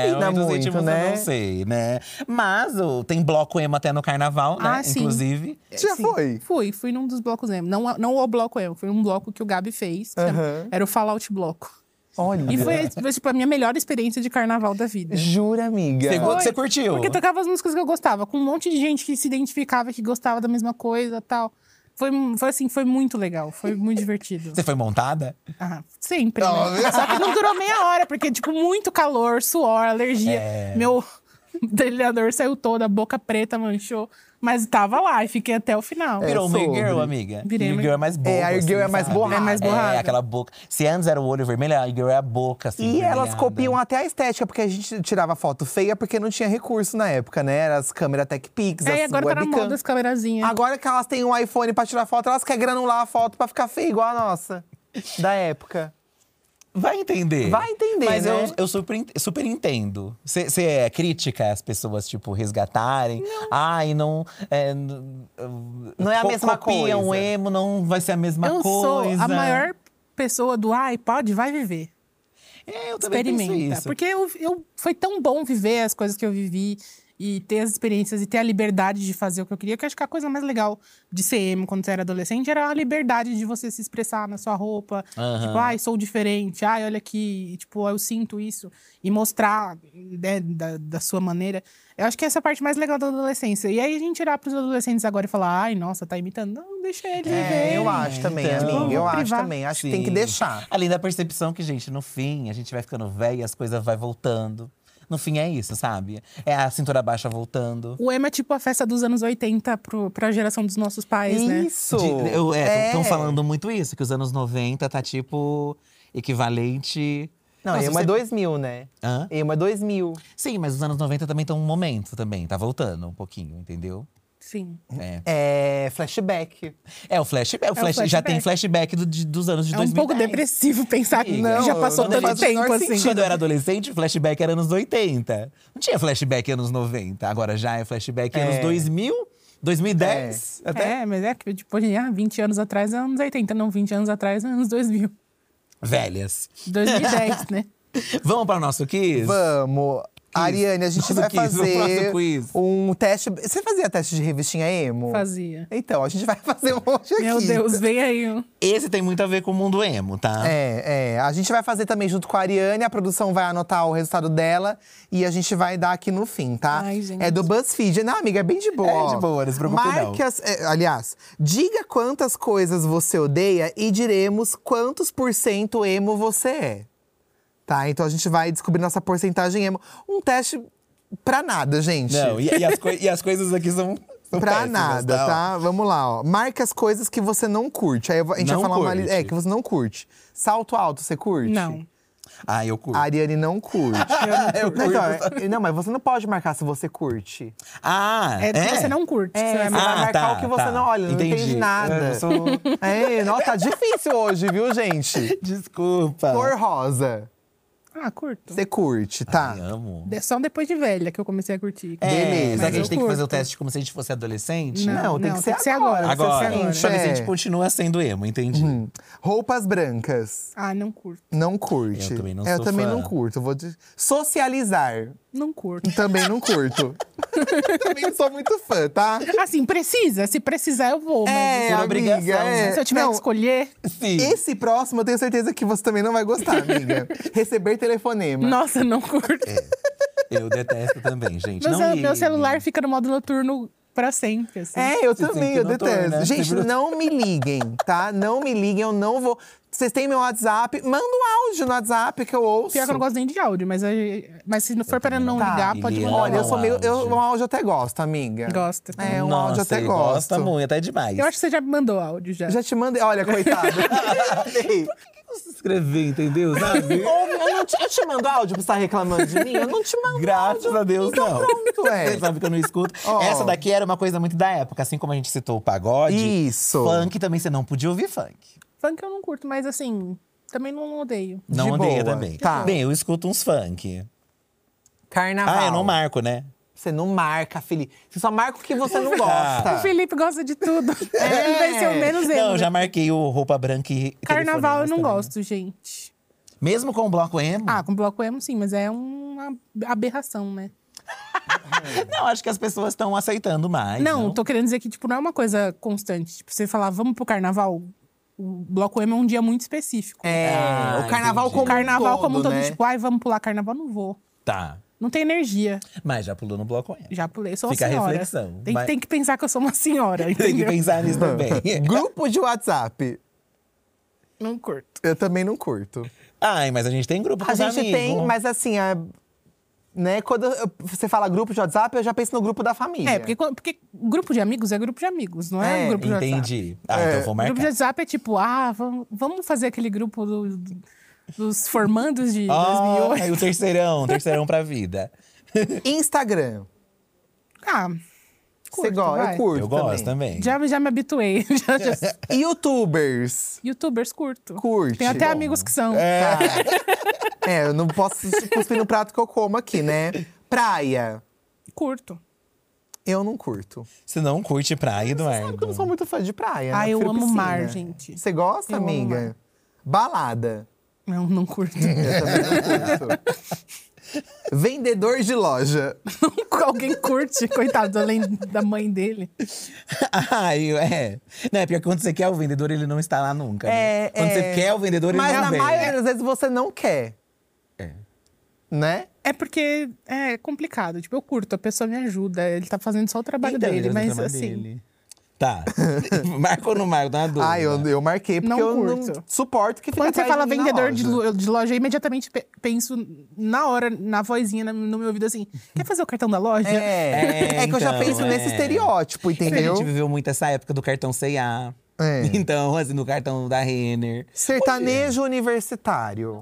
A: É, não combina
B: momentos
A: muito,
B: íntimos, Eu
A: né?
B: não sei, né? Mas o- tem bloco emo até no carnaval, né?
C: Ah, sim.
B: Inclusive.
A: Você já
C: Sim,
A: foi?
C: Fui, fui num dos blocos emo. Não, a- não o bloco emo, foi um bloco que o Gabi fez. que
A: Aham.
C: Era o Fallout Bloco.
A: Olha.
C: E foi, foi, tipo, a minha melhor experiência de carnaval da vida.
A: Jura, amiga?
B: Você, go-
C: Foi.
B: você curtiu?
C: Porque tá- tocava as músicas que eu gostava, com um monte de gente que se identificava, que gostava da mesma coisa tal. Foi, foi assim, foi muito legal, foi muito divertido.
B: Você foi montada?
C: Ah, sempre.
A: Não,
C: né? Só que não durou meia hora, porque, tipo, muito calor, suor, alergia.
A: É.
C: Meu delineador saiu todo, a boca preta manchou. Mas tava lá e fiquei até o final.
A: É,
B: Virou uma
A: sobre.
B: girl, amiga.
C: Virei
B: Mean
C: uma-
B: girl é mais boa.
A: É, a girl é mais borrada.
C: É mais borrada.
B: É, aquela boca. Se antes era o olho vermelho, a girl é a boca, assim.
A: E elas
B: vermelhada.
A: copiam até a estética, porque a gente tirava foto feia porque não tinha recurso na época, né? Era as câmeras Tech Pix,
C: É, e
A: as
C: agora tá na
A: webcam.
C: moda as câmerazinhas.
A: Agora que elas têm um iPhone pra tirar foto, elas querem granular a foto pra ficar feia igual a nossa. Da época.
B: Vai entender.
A: Vai entender,
B: Mas
A: né?
B: eu, eu super, ent- super entendo. Você é crítica às pessoas, tipo, resgatarem. Ai, não. é, n-
A: Não é a
B: co-
A: mesma
B: copiam
A: coisa.
B: emo, não vai ser a mesma
C: eu
B: coisa.
C: sou a maior pessoa do ai, pode, vai viver.
B: É, eu também penso
C: experimenta.
B: isso.
C: Porque eu, eu, foi tão bom viver as coisas que eu vivi e ter as experiências e ter a liberdade de fazer o que eu queria. Que eu acho que a coisa mais legal de ser emo quando você era adolescente era a liberdade de você se expressar na sua roupa.
B: Aham.
C: Tipo, ai, sou diferente. Ai, olha aqui. E, tipo, eu sinto isso. E mostrar né, da, da sua maneira. Eu acho que essa é a parte mais legal da adolescência. E aí a gente olhar pros adolescentes agora e falar, ai, nossa, tá imitando. Não, deixa ele
A: É,
C: viver.
A: eu acho também,
B: então.
A: amiga. Eu
C: Vamos
A: acho
C: privar.
A: também. Acho
B: Sim.
A: que tem que deixar.
B: Além da percepção que, gente, no fim, a gente vai ficando velho e as coisas vai voltando. No fim é isso, sabe? É a cintura baixa voltando.
C: O emo é tipo a festa dos anos 80 pro, pra geração dos nossos pais, né?
A: Isso!
B: De- eu, é, estão falando muito isso, que os anos 90 tá tipo equivalente.
A: Não,
B: Nossa,
A: Emo é
B: você-
A: 2000, né?
B: Hã?
A: Emo é 2000.
B: Sim, mas os anos 90 também estão um momento também, tá voltando um pouquinho, entendeu?
C: Sim.
B: É,
A: É flashback.
B: é o flashback, o flash- já
C: flashback.
B: tem flashback do- de- dos anos de
C: É um
B: 2010.
C: pouco depressivo pensar que
B: Não,
C: já passou
A: não faz
C: tanto
A: o menor
C: tempo assim.
B: Quando eu era adolescente, flashback era anos 80. Não tinha flashback anos 90. Agora já é flashback anos
A: É.
B: 2000, 2010 até.
C: É, mas é que, tipo, hoje, ah, 20 anos atrás é anos 80, não, 20 anos atrás é anos 2000.
A: É.
B: Velhas.
C: 2010, né?
B: Vamos para o nosso quiz?
A: Vamos! Ariane, a gente
B: Nosso
A: vai
B: quiz, o
A: fazer
B: próximo quiz.
A: um teste. Você fazia teste de revistinha emo?
C: Fazia.
A: Então, a gente vai fazer um hoje aqui.
C: Meu Deus, vem aí. um. ó.
B: Esse tem muito a ver com o mundo emo, tá?
A: É, é. A gente vai fazer também junto com a Ariane, a produção vai anotar o resultado dela e a gente vai dar aqui no fim, tá?
C: Ai, gente.
A: É do BuzzFeed. Não, amiga, é bem de boa.
B: É de boa, não se preocupe, não.
A: Marque as- é, aliás, diga quantas coisas você odeia e diremos quantos por cento emo você é. Tá? Então a gente vai descobrir nossa porcentagem emo. Um teste pra nada, gente.
B: Não, e, e as coi- e as coisas aqui são. são
A: Pra
B: péssimas,
A: nada,
B: tá?
A: tá? Vamos lá, ó. Marque as coisas que você não curte. Aí eu vou- a gente
B: Não
A: vai falar uma
B: curte.
A: lista. É, que você não curte. Salto alto, você curte?
C: Não.
B: Ah, eu curto.
A: A Ariane não curte.
B: Eu
A: Não, então, é- não, mas você não pode marcar se você curte.
B: Ah,
C: É, se você não curte.
A: É,
C: você vai
A: você
C: mandar-
A: vai
B: Ah,
A: marcar
B: tá,
A: o que você
B: tá.
A: não olha, não entende
B: Entendi.
A: nada.
B: Eu sou-
A: É, nossa, tá difícil hoje, viu, gente?
B: Desculpa.
A: Cor rosa,
C: Ah, curto.
A: você curte, tá?
B: Ai, amo.
C: De- Só depois de velha que eu comecei a curtir.
B: É,
A: Beleza.
B: Será que a
C: Mas eu
B: gente tem que fazer o
C: curto.
B: teste como se a gente fosse adolescente?
C: Não,
A: Não, tem,
C: não,
A: que,
C: tem
A: ser
C: que ser
A: agora.
C: agora.
B: Agora,
A: tem que ser
B: pra ver se a
A: É.
B: gente continua sendo emo, entendi.
A: Roupas brancas,
C: Ah, não curto.
A: não curte.
B: Eu também não
A: É, eu
B: sou
A: também
B: fã.
A: não curto. Vou de... Socializar,
C: Não curto.
A: também não curto. também não sou muito fã, tá?
C: Assim, precisa. Se precisar, eu vou.
A: É,
C: Mas
B: por
A: amiga,
B: obrigação, né?
A: é.
C: se eu tiver
A: Não,
C: que escolher.
B: Sim.
A: Esse próximo eu tenho certeza que você também não vai gostar, amiga. Receber telefonema.
C: Nossa, não curto.
B: Eu detesto também, gente.
C: Meu,
B: É, não
C: cel- é, meu
B: ligue.
C: celular fica no modo noturno pra sempre. Assim.
A: É, eu
B: Você sente
A: também,
B: que
A: eu
B: não tô,
C: um
A: detesto.
B: né?
A: Gente,
B: Você-
A: não me liguem, tá? Não me liguem, eu não vou. Vocês têm meu WhatsApp? Manda um áudio no WhatsApp que eu ouço.
C: Pior que eu não gosto nem de áudio, mas, aí- mas se não for pra não
A: Tá.
C: ligar, pode
B: Liliana,
C: mandar.
A: Olha, eu
C: um.
A: sou meio. Eu,
B: áudio.
A: um áudio eu até gosto, amiga.
C: Gosta.
A: É, um
B: Nossa,
A: áudio eu até
B: ele
A: gosto.
B: Gosta muito, até demais.
C: Eu acho que você já me mandou áudio já.
A: Já te mandei. Olha, coitado.
B: se inscrever, entendeu? Sabe?
A: Ou eu, não te, eu te mando áudio pra você estar reclamando de mim? Eu não te mando.
B: Graças a Deus, não.
A: pronto, é.
B: Você sabe que eu não escuto.
A: Ó.
B: Essa daqui era uma coisa muito da época, assim como a gente citou o pagode.
A: Isso.
B: Funk também, você não podia ouvir funk.
C: Funk eu não curto, mas assim, também não odeio.
B: Não
A: De
B: odeia
A: boa.
B: também.
A: Tá.
B: Bem, eu escuto uns funk.
A: Carnaval.
B: Ah, eu não marco, né?
A: Você não marca, Felipe. Você só marca o que você não
C: O
A: gosta.
C: Felipe gosta de tudo.
A: Tá. É.
C: Ele vai ser o menos
B: Não,
C: emo.
B: eu já marquei o roupa branca e
C: Carnaval eu
B: telefonemas
C: não
B: também.
C: gosto, gente.
B: Mesmo com o bloco emo?
C: Ah, com bloco emo sim, mas é uma aberração, né?
B: Não, acho que as pessoas estão aceitando mais.
C: não, tô querendo dizer que, tipo, não é uma coisa constante. Tipo, você falar, vamos pro carnaval, o bloco emo é um dia muito específico.
A: É,
B: Ah,
A: o carnaval
B: entendi.
A: como um
C: Carnaval
A: todo,
C: como um todo,
A: né?
C: tipo, ai, vamos pular carnaval, não vou.
B: Tá.
C: Não tem energia.
B: Mas já pulou no bloco emo.
C: Já pulei, eu sou
B: Fica a
C: uma senhora.
B: reflexão,
C: Tem,
B: mas-
C: tem que pensar que eu sou uma senhora,
B: Tem que
C: entendeu?
B: pensar nisso também.
C: é
A: Grupo de WhatsApp.
C: Não curto.
A: Eu também não curto.
B: Ai, mas a gente tem grupo com
A: A
B: os
A: gente
B: amigos.
A: tem, mas assim, a- né, quando eu- você fala grupo de WhatsApp, eu já penso no grupo da família.
C: É, porque, quando- porque grupo de amigos é grupo de amigos, não é,
A: É,
C: grupo de WhatsApp.
B: Entendi. Ah,
A: É.
B: então vou marcar.
C: Grupo de WhatsApp é tipo, ah, vamos, vamos fazer aquele grupo do- do- dos formandos de
B: Ah,
C: 2008.
B: aí o terceirão, o terceirão pra vida.
A: Instagram.
C: Ah,
A: Você
C: Curto,
A: gosta?
C: vai.
A: Eu curto
B: Eu
A: também.
B: gosto também.
C: já, já me habituei. Já- já-
A: Youtubers.
C: Youtubers curto.
A: Curte.
C: Tem até
A: Bom.
C: amigos que são.
B: É.
A: Tá. é, eu não posso cuspir no prato que eu como aqui, né? Praia.
C: Curto.
A: Eu não curto.
B: Se não curte praia, Eduardo.
A: Porque eu não sou muito fã de praia.
C: Ah,
A: né?
C: eu
A: prefiro
C: amo
A: piscina.
C: mar, gente.
A: Você gosta,
C: Eu amo
A: amiga? Balada.
C: Não, não curto.
A: Eu também não curto. Vendedor de loja.
C: Alguém curte, coitado, além da mãe dele.
B: Ai, é. Não, é porque quando você quer o vendedor, ele não está lá nunca. né?
A: É,
B: Quando
A: é.
B: você quer o vendedor, ele
A: Mas
B: não
A: na
B: vem.
A: maioria das vezes você não quer,
B: É.
A: né?
C: É porque é complicado. Tipo, eu curto, a pessoa me ajuda. Ele tá fazendo só o trabalho
B: Então,
C: dele,
B: ele
C: mas
B: reclama
C: assim.
B: dele. Tá. Marca ou não marca? Tá na dúvida.
A: Ah, eu, eu marquei porque
C: é. Não
A: eu não
C: curto.
A: suporto que fica
C: Quando você
A: atrás
C: fala
A: de mim na
C: vendedor de,
A: loja.
C: lo- de loja, eu imediatamente pe- penso na hora, na vozinha na- no meu ouvido assim: quer fazer o cartão da loja?
A: É, é,
B: Uhum. É,
A: que eu já
B: então,
A: penso nesse
B: é.
A: estereótipo, entendeu?
B: A gente viveu muito essa época do cartão C&A.
A: É.
B: Então, assim, do cartão da Renner.
A: Sertanejo universitário.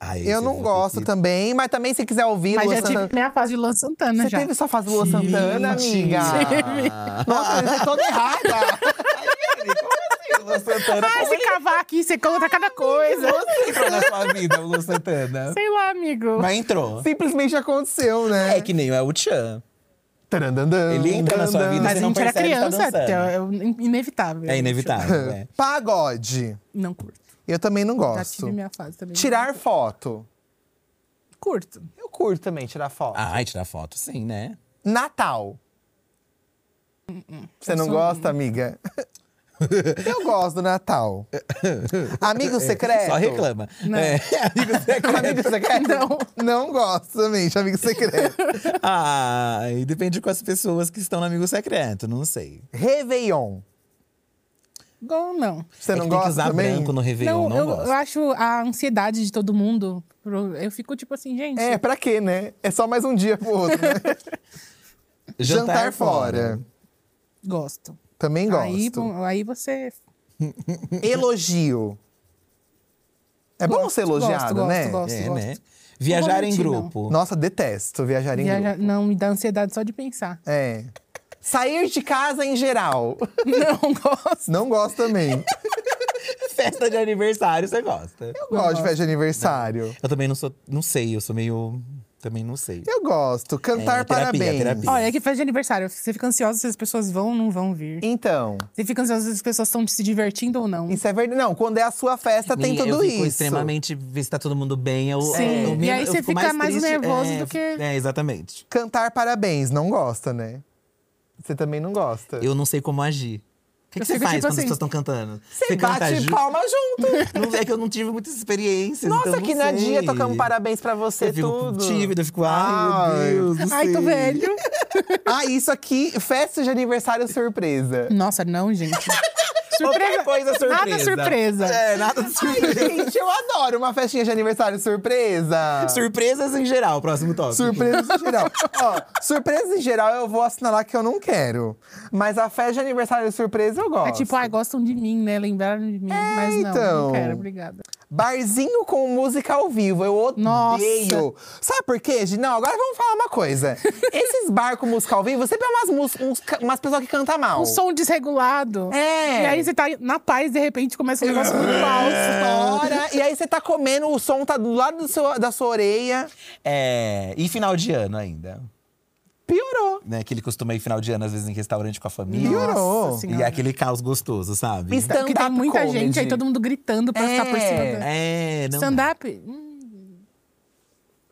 B: Ai,
A: eu
B: esse é
A: não
B: vou
A: gosto
B: ter que-
A: também, mas também se quiser ouvir,
C: Mas
A: Lua
C: já
A: Santana-
C: tive minha fase de Luan Santana
A: Você
C: já.
A: teve sua fase Lua Santana,
B: Gente.
A: amiga? Nossa, eu tô toda errada. assim,
B: O Lu Santana,
C: Ah,
B: como
C: se cavar aqui, você conta cada coisa.
B: ele é entrou na sua vida, o Lu Santana?
C: Sei lá, amigo.
B: Mas entrou.
A: Simplesmente aconteceu, né?
B: É que nem é o Tchan.
A: Tarandandam,
B: Ele entra na sua
A: dandam.
B: vida.
C: Mas
B: você
C: a
B: não
C: gente era
B: percebe que tá
C: criança,
B: dançando.
C: então é in- inevitável.
B: É inevitável, é.
A: Pagode.
C: Não curto.
A: Eu também não
C: Já
A: gosto.
C: tive minha fase também.
A: Tirar foto.
C: Curto.
A: Eu curto também tirar foto.
B: Ah, Ai, tirar foto, sim, né?
A: Natal. Você não gosta, amiga? Eu gosto do Natal. Amigo secreto?
B: É. Só reclama. É, amigo
A: Amigo
B: secreto.
A: secreto?
C: Não.
A: Não gosto também de amigo secreto.
B: Ai, Ah, depende com as pessoas que estão no amigo secreto, não sei.
A: Réveillon.
C: Bom, não.
A: Você
B: É
A: não
B: que tem que
A: gosta
B: usar
A: também?
B: branco no Réveillon, não,
C: eu,
B: gosto.
C: eu acho a ansiedade de todo mundo. pro- Eu fico tipo assim, gente.
A: É, pra quê, né? É só mais um dia pro outro, né? Jantar,
B: é
A: fora.
C: Gosto.
A: Também gosto.
C: Aí, bom, aí você.
A: Elogio. É bom ser
C: gosto,
A: elogiado,
C: gosto,
A: né?
C: gosto.
B: É, né?
C: gosto.
B: Viajar em
C: mentir, não.
B: grupo.
A: Nossa, detesto viajar em
C: Viaja...
A: grupo.
C: Não, me dá ansiedade só de pensar.
A: É. Sair de casa em geral.
C: Não gosto.
A: Não gosto também.
B: Festa de aniversário, você gosta.
A: Eu gosto de festa de aniversário.
B: Eu também não sou. Não sei, eu sou meio. Também não sei.
A: Eu gosto. Cantar
B: É, terapia,
A: parabéns.
B: terapia.
C: Olha, é que festa de aniversário. Você fica ansiosa se as pessoas vão ou não vão vir.
A: Então,
C: Você fica ansiosa se as pessoas estão se divertindo ou não.
A: isso é verdade. Não, quando é a sua festa, tem
B: Menina,
A: tudo
B: eu fico
A: isso.
B: extremamente. Ver se tá todo mundo bem. Eu,
C: Sim.
B: eu- eu
C: E
B: menos-
C: aí
B: eu
C: você
B: fico
C: fica mais
B: triste,
C: nervoso
B: é,
C: do que-
B: É, exatamente.
A: Cantar parabéns, não gosta, né? Você também não gosta.
B: Eu não sei como agir. O que,
C: Eu
B: que você
C: fico
B: faz
C: tipo
B: quando
C: assim,
B: as pessoas estão cantando?
A: Você bate
B: junto?
A: palma junto.
B: Não é que eu não tive muitas experiências.
A: Nossa,
B: então não
A: que na
B: sei.
A: dia
C: um
A: tocando parabéns pra você
B: Eu fico
A: tudo.
B: tímida, eu fico, ai,
A: Ai.
B: meu Deus, não
C: Ai, tô
B: sei.
C: velho.
A: Ah, isso aqui, festa de aniversário surpresa.
C: Nossa, não, gente.
B: Qualquer
C: Surpresa.
B: coisa surpresa.
C: Nada surpresa.
B: É, nada de
A: Ai,
B: surpresa.
A: gente, eu adoro uma festinha de aniversário surpresa.
B: Surpresas em geral, próximo tópico.
A: Surpresas em geral. Ó, surpresas em geral eu vou assinalar que eu não quero. Mas a festa de aniversário surpresa eu gosto.
C: É tipo, ai, gostam de mim, né? Lembraram de mim. mas não,
A: então.
C: não quero, obrigada.
A: Barzinho com música ao vivo. Eu odeio.
C: Nossa.
A: Sabe por quê, Gi? Não, agora vamos falar uma coisa. Esses bar com música ao vivo, sempre é umas, mus- uns ca- umas pessoas que cantam mal.
C: Um som desregulado.
A: É.
C: E aí você tá na paz, de repente começa um negócio muito
B: É.
C: falso.
A: Hora, e aí você tá comendo, o som tá do lado do seu- da sua orelha.
B: É, e final de ano ainda.
A: Piorou.
B: Né, que ele costuma ir final de ano, às vezes, em restaurante com a família.
A: Piorou.
C: Nossa
B: E
C: senhora.
B: é aquele caos gostoso, sabe?
A: Pista-
C: Tá, Porque tem
A: stand-up
C: muita
A: comedy.
C: gente, aí todo mundo gritando pra ficar por cima.
A: É.
C: da-
B: É, não. dá.
C: Stand-up? Hum,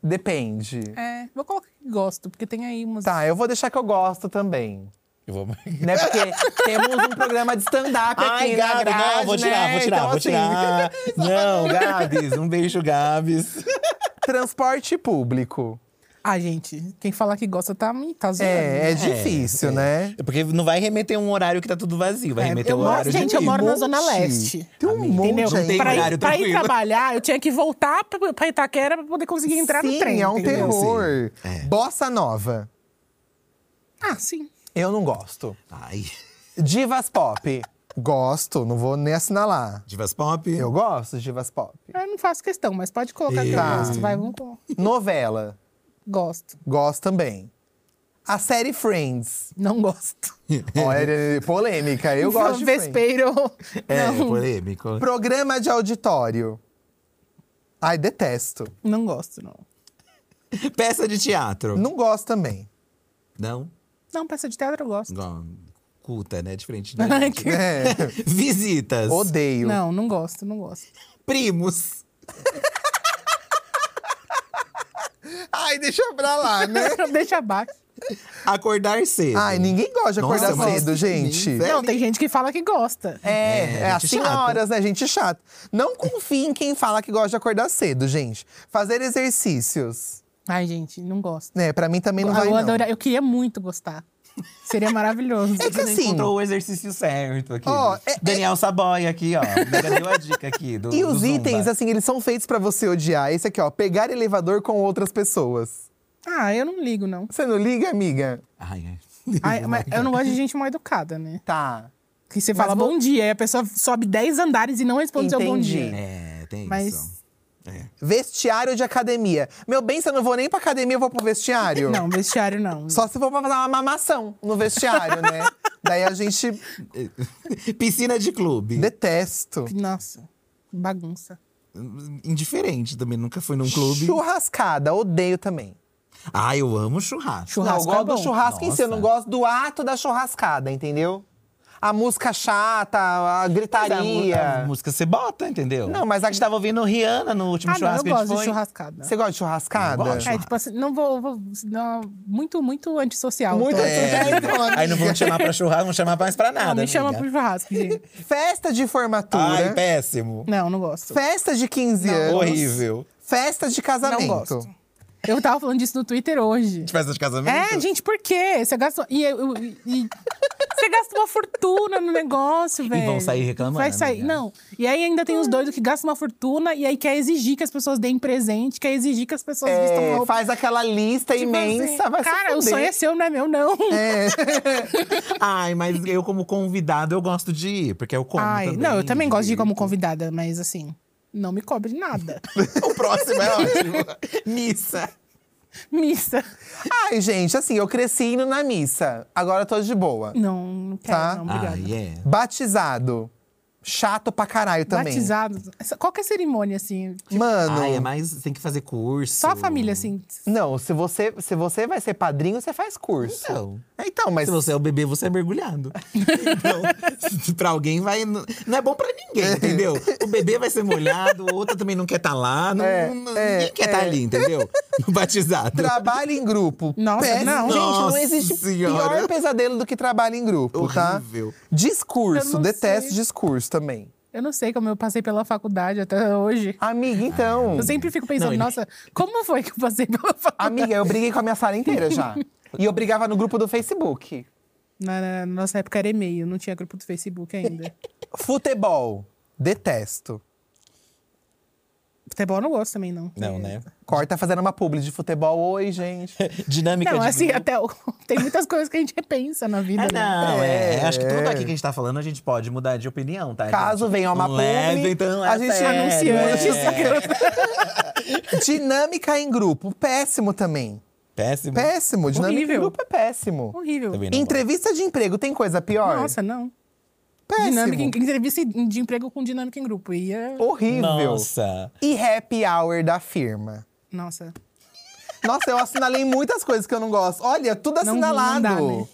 A: Depende.
C: é. Vou colocar que gosto, porque tem aí umas.
A: Tá, eu vou deixar que eu gosto também.
B: Eu vou...
A: Né? Porque temos um programa de stand-up aqui
B: Ai,
A: na
B: Gabi,
A: grade,
B: não, vou tirar,
A: né?
B: vou tirar,
A: Então,
B: vou
A: assim,
B: tirar. não, Gabs, um beijo, Gabs.
A: Transporte público.
C: Ah, gente, quem falar que gosta tá, tá zoando.
A: É, é
C: né?
A: difícil,
B: é.
A: né?
B: Porque não vai remeter um horário que tá tudo vazio, vai
C: É,
B: remeter
C: eu
B: um
C: moro-
B: horário de
C: gente, eu
B: dia.
C: moro na Zona
A: monte.
C: Leste.
A: Tem um monte
C: Entendeu?
B: Não tem
A: aí.
C: pra, ir,
B: horário
C: pra ir
B: tranquilo.
C: trabalhar, eu tinha que voltar pra, pra Itaquera pra poder conseguir entrar
A: Sim,
C: no trem.
A: é um
C: entendeu?
A: terror.
B: Sim, é.
A: Bossa nova.
C: Ah, sim.
A: Eu não gosto.
B: Ai,
A: Divas pop. Gosto, não vou nem assinalar.
B: divas pop.
A: Eu gosto de divas pop.
C: Eu não faço questão, mas pode colocar que eu
A: Tá.
C: gosto. Vai, vamos colocar.
A: Novela.
C: Gosto.
A: Gosto também. A série Friends.
C: Não gosto.
A: Olha, polêmica. Eu gosto de Friends.
C: Vespeiro.
B: É,
C: não,
B: polêmico.
A: Programa de auditório. Ai, detesto.
C: não gosto, não.
B: Peça de teatro.
A: Não gosto também.
B: Não?
C: Não, peça de teatro eu gosto.
B: Igual, Culta, né? Diferente da
C: Ai,
B: gente.
C: que-
A: É,
B: Visitas.
A: odeio.
C: Não, não gosto, não gosto.
B: Primos.
A: Ai, deixa pra lá, né?
C: Deixa abaixo.
B: Acordar cedo.
A: Ai, ninguém gosta de
B: Nossa,
A: acordar
B: mas
A: cedo,
B: que
A: gente.
B: isso, é?
C: Não, tem gente que fala que gosta.
A: É,
B: É,
A: é,
B: gente
A: as senhoras, né? Gente chata. Não confie em quem fala que gosta de acordar cedo, gente. Fazer exercícios.
C: Ai, gente, não gosto.
A: Né, pra mim também não vai,
C: Ah, eu,
A: não.
C: adora- eu queria muito gostar. Seria maravilhoso.
A: É que
B: Você não
A: assim,
B: encontrou o exercício certo aqui.
A: Ó, é- é-
B: Daniel Saboia aqui, ó. Já deu a dica aqui do
A: E
B: do
A: os
B: Zumba.
A: itens, assim, eles são feitos pra você odiar. Esse aqui, ó, pegar elevador com outras pessoas.
C: Ah, eu não ligo, não.
A: Você não liga, amiga?
B: Ai, é.
C: Ai, mas eu não gosto de gente mal educada, né?
A: Tá.
C: Que você
A: Mas
C: fala
A: vou-
C: bom dia, aí a pessoa sobe 10 andares e não responde seu bom
A: Entendi.
C: dia.
B: é. É, tem
C: Mas-
B: isso. É.
A: Vestiário de academia. Meu bem, se eu não vou nem pra academia, eu vou pro vestiário.
C: Não, vestiário não.
A: Só se for pra fazer uma mamação no vestiário, né? Daí a gente
B: Piscina de clube.
A: detesto.
C: Nossa, bagunça.
B: Indiferente também, nunca fui num clube.
A: Churrascada, odeio também.
B: Ah, eu amo churrasco.
A: não,
C: Churrasco
A: eu
C: é
A: gosto do
C: bom.
A: churrasco em si, eu não
B: Nossa.
A: gosto do ato da churrascada, entendeu? a música chata, a gritaria.
B: A, música você bota, entendeu?
A: Não, mas a-
B: a gente tava ouvindo Rihanna no
A: Um
B: último
C: Ah, não, eu
B: churrasco que a gente
C: gosto de
B: foi.
C: churrascada.
A: Você gosta de churrascada?
B: Eu gosto.
C: É, tipo assim, não vou. vou- não, muito, muito antissocial.
A: Muito
C: tô-
A: antissocial.
C: tô- tô-
B: É, Aí não vão te chamar pra churrasco, não vão chamar mais pra nada.
C: Não, me chama
B: amiga.
C: pro churrasco, gente.
A: Festa de
B: Ai,
A: formatura.
B: péssimo.
C: Não, não gosto.
A: festa de 15 anos.
B: Horrível.
A: Festa de casamento.
C: Não gosto. Eu tava falando disso no Twitter hoje.
B: De festa de casamento?
C: É, gente, por quê? Você gasta. E, eu- e- e- você gasta uma fortuna no negócio, velho.
B: vão sair reclamando,
C: Vai sair.
B: amiga.
C: Não. E aí ainda tem os doidos que gastam uma fortuna e aí quer exigir que as pessoas deem presente, quer exigir que as pessoas vistam
A: É,
C: roupa.
A: faz aquela lista
C: Tipo
A: imensa,
C: assim,
A: vai se
C: Cara, o
A: fuder.
C: sonho é seu, não é meu, não.
B: Ai, mas eu, como convidado, eu gosto de ir, porque eu como.
C: Ai,
B: também,
C: não, eu também gosto de ir como convidada, mas assim, não me cobre nada.
B: O próximo é ótimo. Missa.
C: Missa.
A: Ai, gente, assim, eu cresci indo na missa. Agora eu tô de boa.
C: Não, não quero,
A: Tá.
C: não,
B: Ah,
C: obrigada.
B: yeah.
A: Batizado. Chato pra caralho também.
C: Batizado. Essa- Qual que é a cerimônia, assim?
A: Mano.
B: Ai, é mais. Tem que fazer curso.
C: Só a família, assim.
A: Não, se você, se você vai ser padrinho, você faz curso.
B: Então.
A: É, então mas.
B: Se você é o bebê, você é mergulhado. Então, se pra alguém vai. Não é bom pra ninguém, entendeu? O bebê vai ser molhado, o outro também não quer estar lá. Não,
A: É,
B: não-
A: é,
B: ninguém quer estar ali, entendeu? No batizado.
A: Trabalho em grupo.
C: Nossa,
A: Péssimo.
C: não.
A: Gente, não
B: Nossa
A: existe
B: Senhora.
A: pior pesadelo do que trabalho em grupo, tá?
B: Horrível.
A: Discurso,
C: Eu não
A: detesto
C: sei.
A: discurso também.
C: Eu não sei como eu passei pela faculdade até hoje.
A: Amiga, então.
C: Eu sempre fico pensando,
B: Não, e-
C: nossa, como foi que eu passei pela faculdade?
A: Amiga, eu briguei com a minha sala inteira já. E eu brigava no grupo do Facebook.
C: Na, na nossa época era e-mail, não tinha grupo do Facebook ainda.
A: Futebol. Detesto.
C: Futebol eu não gosto também, não.
B: Não, né?
A: Corta tá fazendo uma publi de futebol. Oi,
B: É,
A: gente.
B: Dinâmica
C: Não,
B: de
C: assim,
A: é
B: grupo.
C: até o- tem muitas coisas que a gente repensa na vida,
B: É,
C: né?
B: não, é.
A: É.
B: Acho que tudo aqui que a gente tá falando, a gente pode mudar de opinião, tá?
A: Caso
B: gente?
A: venha uma
B: Não leva,
A: publi,
B: então,
A: a gente é
B: sério,
A: anunciante. assim,
B: é.
A: Dinâmica em grupo. Péssimo também.
B: Péssimo.
A: Péssimo. Dinâmica em
C: Horrível.
A: grupo é péssimo.
C: Horrível.
B: Também não é.
A: Entrevista de emprego, tem coisa pior?
C: Nossa, não.
A: Péssimo.
C: Dinâmica, em- entrevista de emprego com dinâmica em grupo. E é...
A: Horrível.
B: Nossa.
A: E happy hour da firma.
C: Nossa.
A: Nossa, eu assinalei muitas coisas que eu não gosto. Olha, tudo
C: Não- não
A: assinalado.
C: dá, né?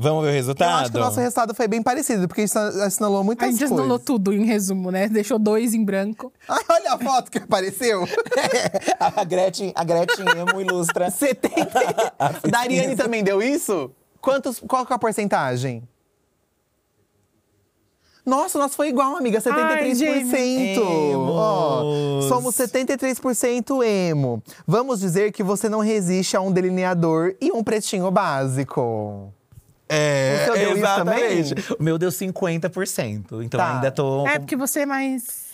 B: Vamos ver o
A: Eu
B: resultado?
A: acho que o nosso resultado foi bem parecido, porque a gente assinalou muitas
C: a gente
A: coisas.
C: anulou tudo, em resumo, né? Deixou dois em branco.
A: Ai, olha a foto que apareceu.
B: a Gretchen, a Gretchen Emo ilustra.
A: 70. Dariane também deu isso? Quantos, qual que é a porcentagem? Nossa, o nosso foi igual, amiga. 73%.
B: Emo.
A: Ó, somos 73% emo. Vamos dizer que você não resiste a um delineador e um pretinho básico.
B: É,
A: O seu deu isso
B: exatamente.
A: também?
B: O meu deu 50%. Então
A: Tá. É.
B: ainda tô.
C: É porque você é mais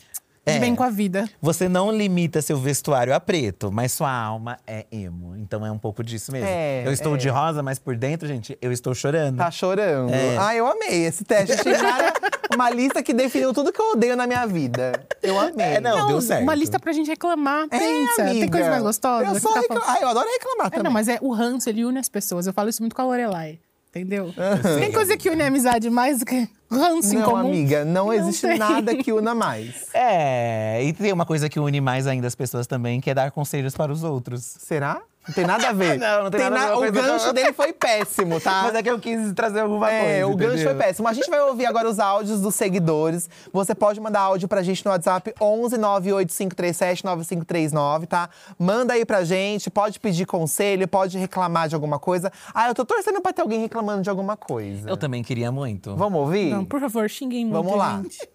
C: de bem com a vida.
B: Você não limita seu vestuário a preto, mas sua alma é emo. Então é um pouco disso mesmo.
A: É,
B: eu estou
A: é.
B: de rosa, mas por dentro, gente, eu estou chorando.
A: Tá chorando.
B: É.
A: Ah, eu amei esse teste. Tiraram uma lista que definiu tudo que eu odeio na minha vida. Eu amei.
B: É, não, deu certo.
C: Uma lista pra gente reclamar.
A: É,
C: Pensa, tem
A: amiga.
C: coisa mais gostosa?
A: Eu,
C: que
A: só
C: tá
A: recla-
C: falando?
A: ah, eu adoro reclamar
C: É,
A: também.
C: não, mas é o ranço, ele une as pessoas. Eu falo isso muito com a Lorelai, entendeu? Tem coisa que une a amizade mais do que ranço em
A: Ah, não,
C: comum.
A: amiga, não,
C: Não
A: existe
C: tem.
A: nada que una mais.
B: É, e tem uma coisa que une mais ainda as pessoas também, que é dar conselhos para os outros.
A: Será? Não tem nada a ver.
B: Não, não tem nada a ver uma
A: O
B: coisa com a
A: gancho
B: outra.
A: dele foi péssimo, tá?
B: Mas é que eu quis trazer alguma coisa.
A: É, o gancho
B: entendeu?
A: foi péssimo. A gente vai ouvir agora os áudios dos seguidores. Você pode mandar áudio pra gente no WhatsApp 11 98537 9539, tá? Manda aí pra gente, pode pedir conselho, pode reclamar de alguma coisa. Ah, eu tô torcendo pra ter alguém reclamando de alguma coisa.
B: Eu também queria muito.
A: Vamos ouvir?
C: Não, por favor, xinguem muito,
A: Vamos lá.
C: gente.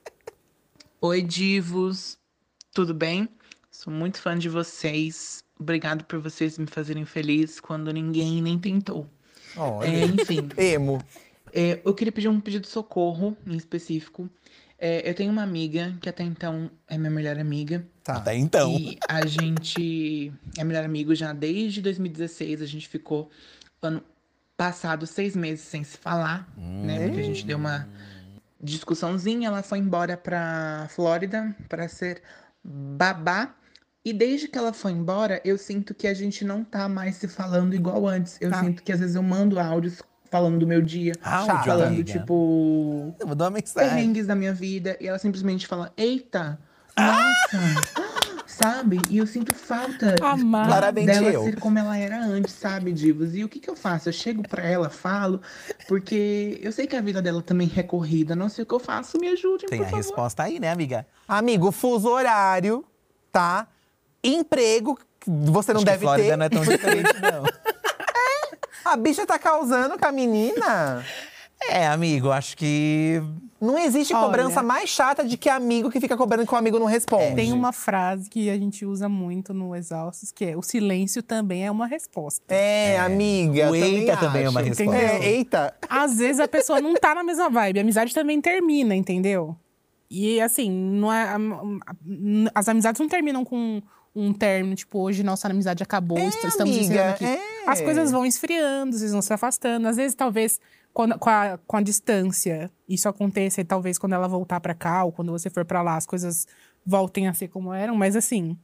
D: Oi, divos, tudo bem? Sou muito fã de vocês. Obrigado por vocês me fazerem feliz quando ninguém nem tentou. É,
A: Olha.
D: enfim,
A: Emo.
D: é, eu queria pedir um pedido de socorro em específico. É, eu tenho uma amiga que até então é minha melhor amiga.
A: Tá.
B: Até então.
D: E a gente é melhor amigo já desde 2016. A gente ficou ano passado seis meses sem se falar, né? Porque a gente deu uma discussãozinha. Ela foi embora pra Flórida pra ser babá. E desde que ela foi embora, eu sinto que a gente não tá mais se falando igual antes. Eu
C: Tá.
D: sinto que às vezes eu mando áudios falando do meu dia,
A: Chato.
B: Áudio,
A: Fala,
D: falando
B: amiga.
D: tipo
B: Eu vou dar uma mensagem.
D: perrengues da minha vida e ela simplesmente fala: Eita, nossa, sabe? E eu sinto falta
C: Amar.
E: Claramente
D: dela
E: eu.
D: ser como ela era antes, sabe, divos? E o que que eu faço? Eu chego pra ela, falo, porque eu sei que a vida dela também é corrida, não sei o que eu faço, me ajudem,
B: Tem
D: por
B: a
D: favor.
B: resposta aí, né, amiga?
A: Amigo, fuso horário, tá? Emprego, que você não
B: Acho que
A: deve
B: Flórida
A: ter.
B: não é tão diferente, não.
A: A bicha tá causando com a menina.
B: É, amigo, acho que.
A: Não existe
C: Olha.
A: cobrança mais chata de que amigo que fica cobrando que o amigo não
B: É,
A: responde.
B: um-
C: Tem uma frase que a gente usa muito no Exaustos, que é o silêncio também é uma resposta.
A: É, amiga.
B: O eita
A: acho.
B: também é uma resposta.
A: É, eita.
C: Às vezes a pessoa não tá na mesma vibe. A amizade também termina, entendeu? E assim, não é, as amizades não terminam com um término, tipo, hoje nossa amizade acabou, estamos encerrando
A: É, amiga,
C: aqui.
A: é.
C: As coisas vão esfriando, às vezes vão se afastando. Às vezes, talvez, quando- com, a, com a distância, isso aconteça. E talvez quando ela voltar pra cá, ou quando você for pra lá, as coisas voltem a ser como eram. Mas assim,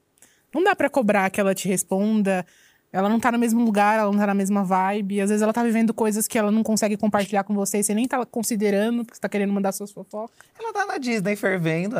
C: não dá pra cobrar que ela te responda. Ela não tá no mesmo lugar, ela não tá na mesma vibe. Às vezes ela tá vivendo coisas que ela não consegue compartilhar com você. e Você nem tá considerando, porque você tá querendo mandar suas fofocas.
B: Ela tá na Disney fervendo,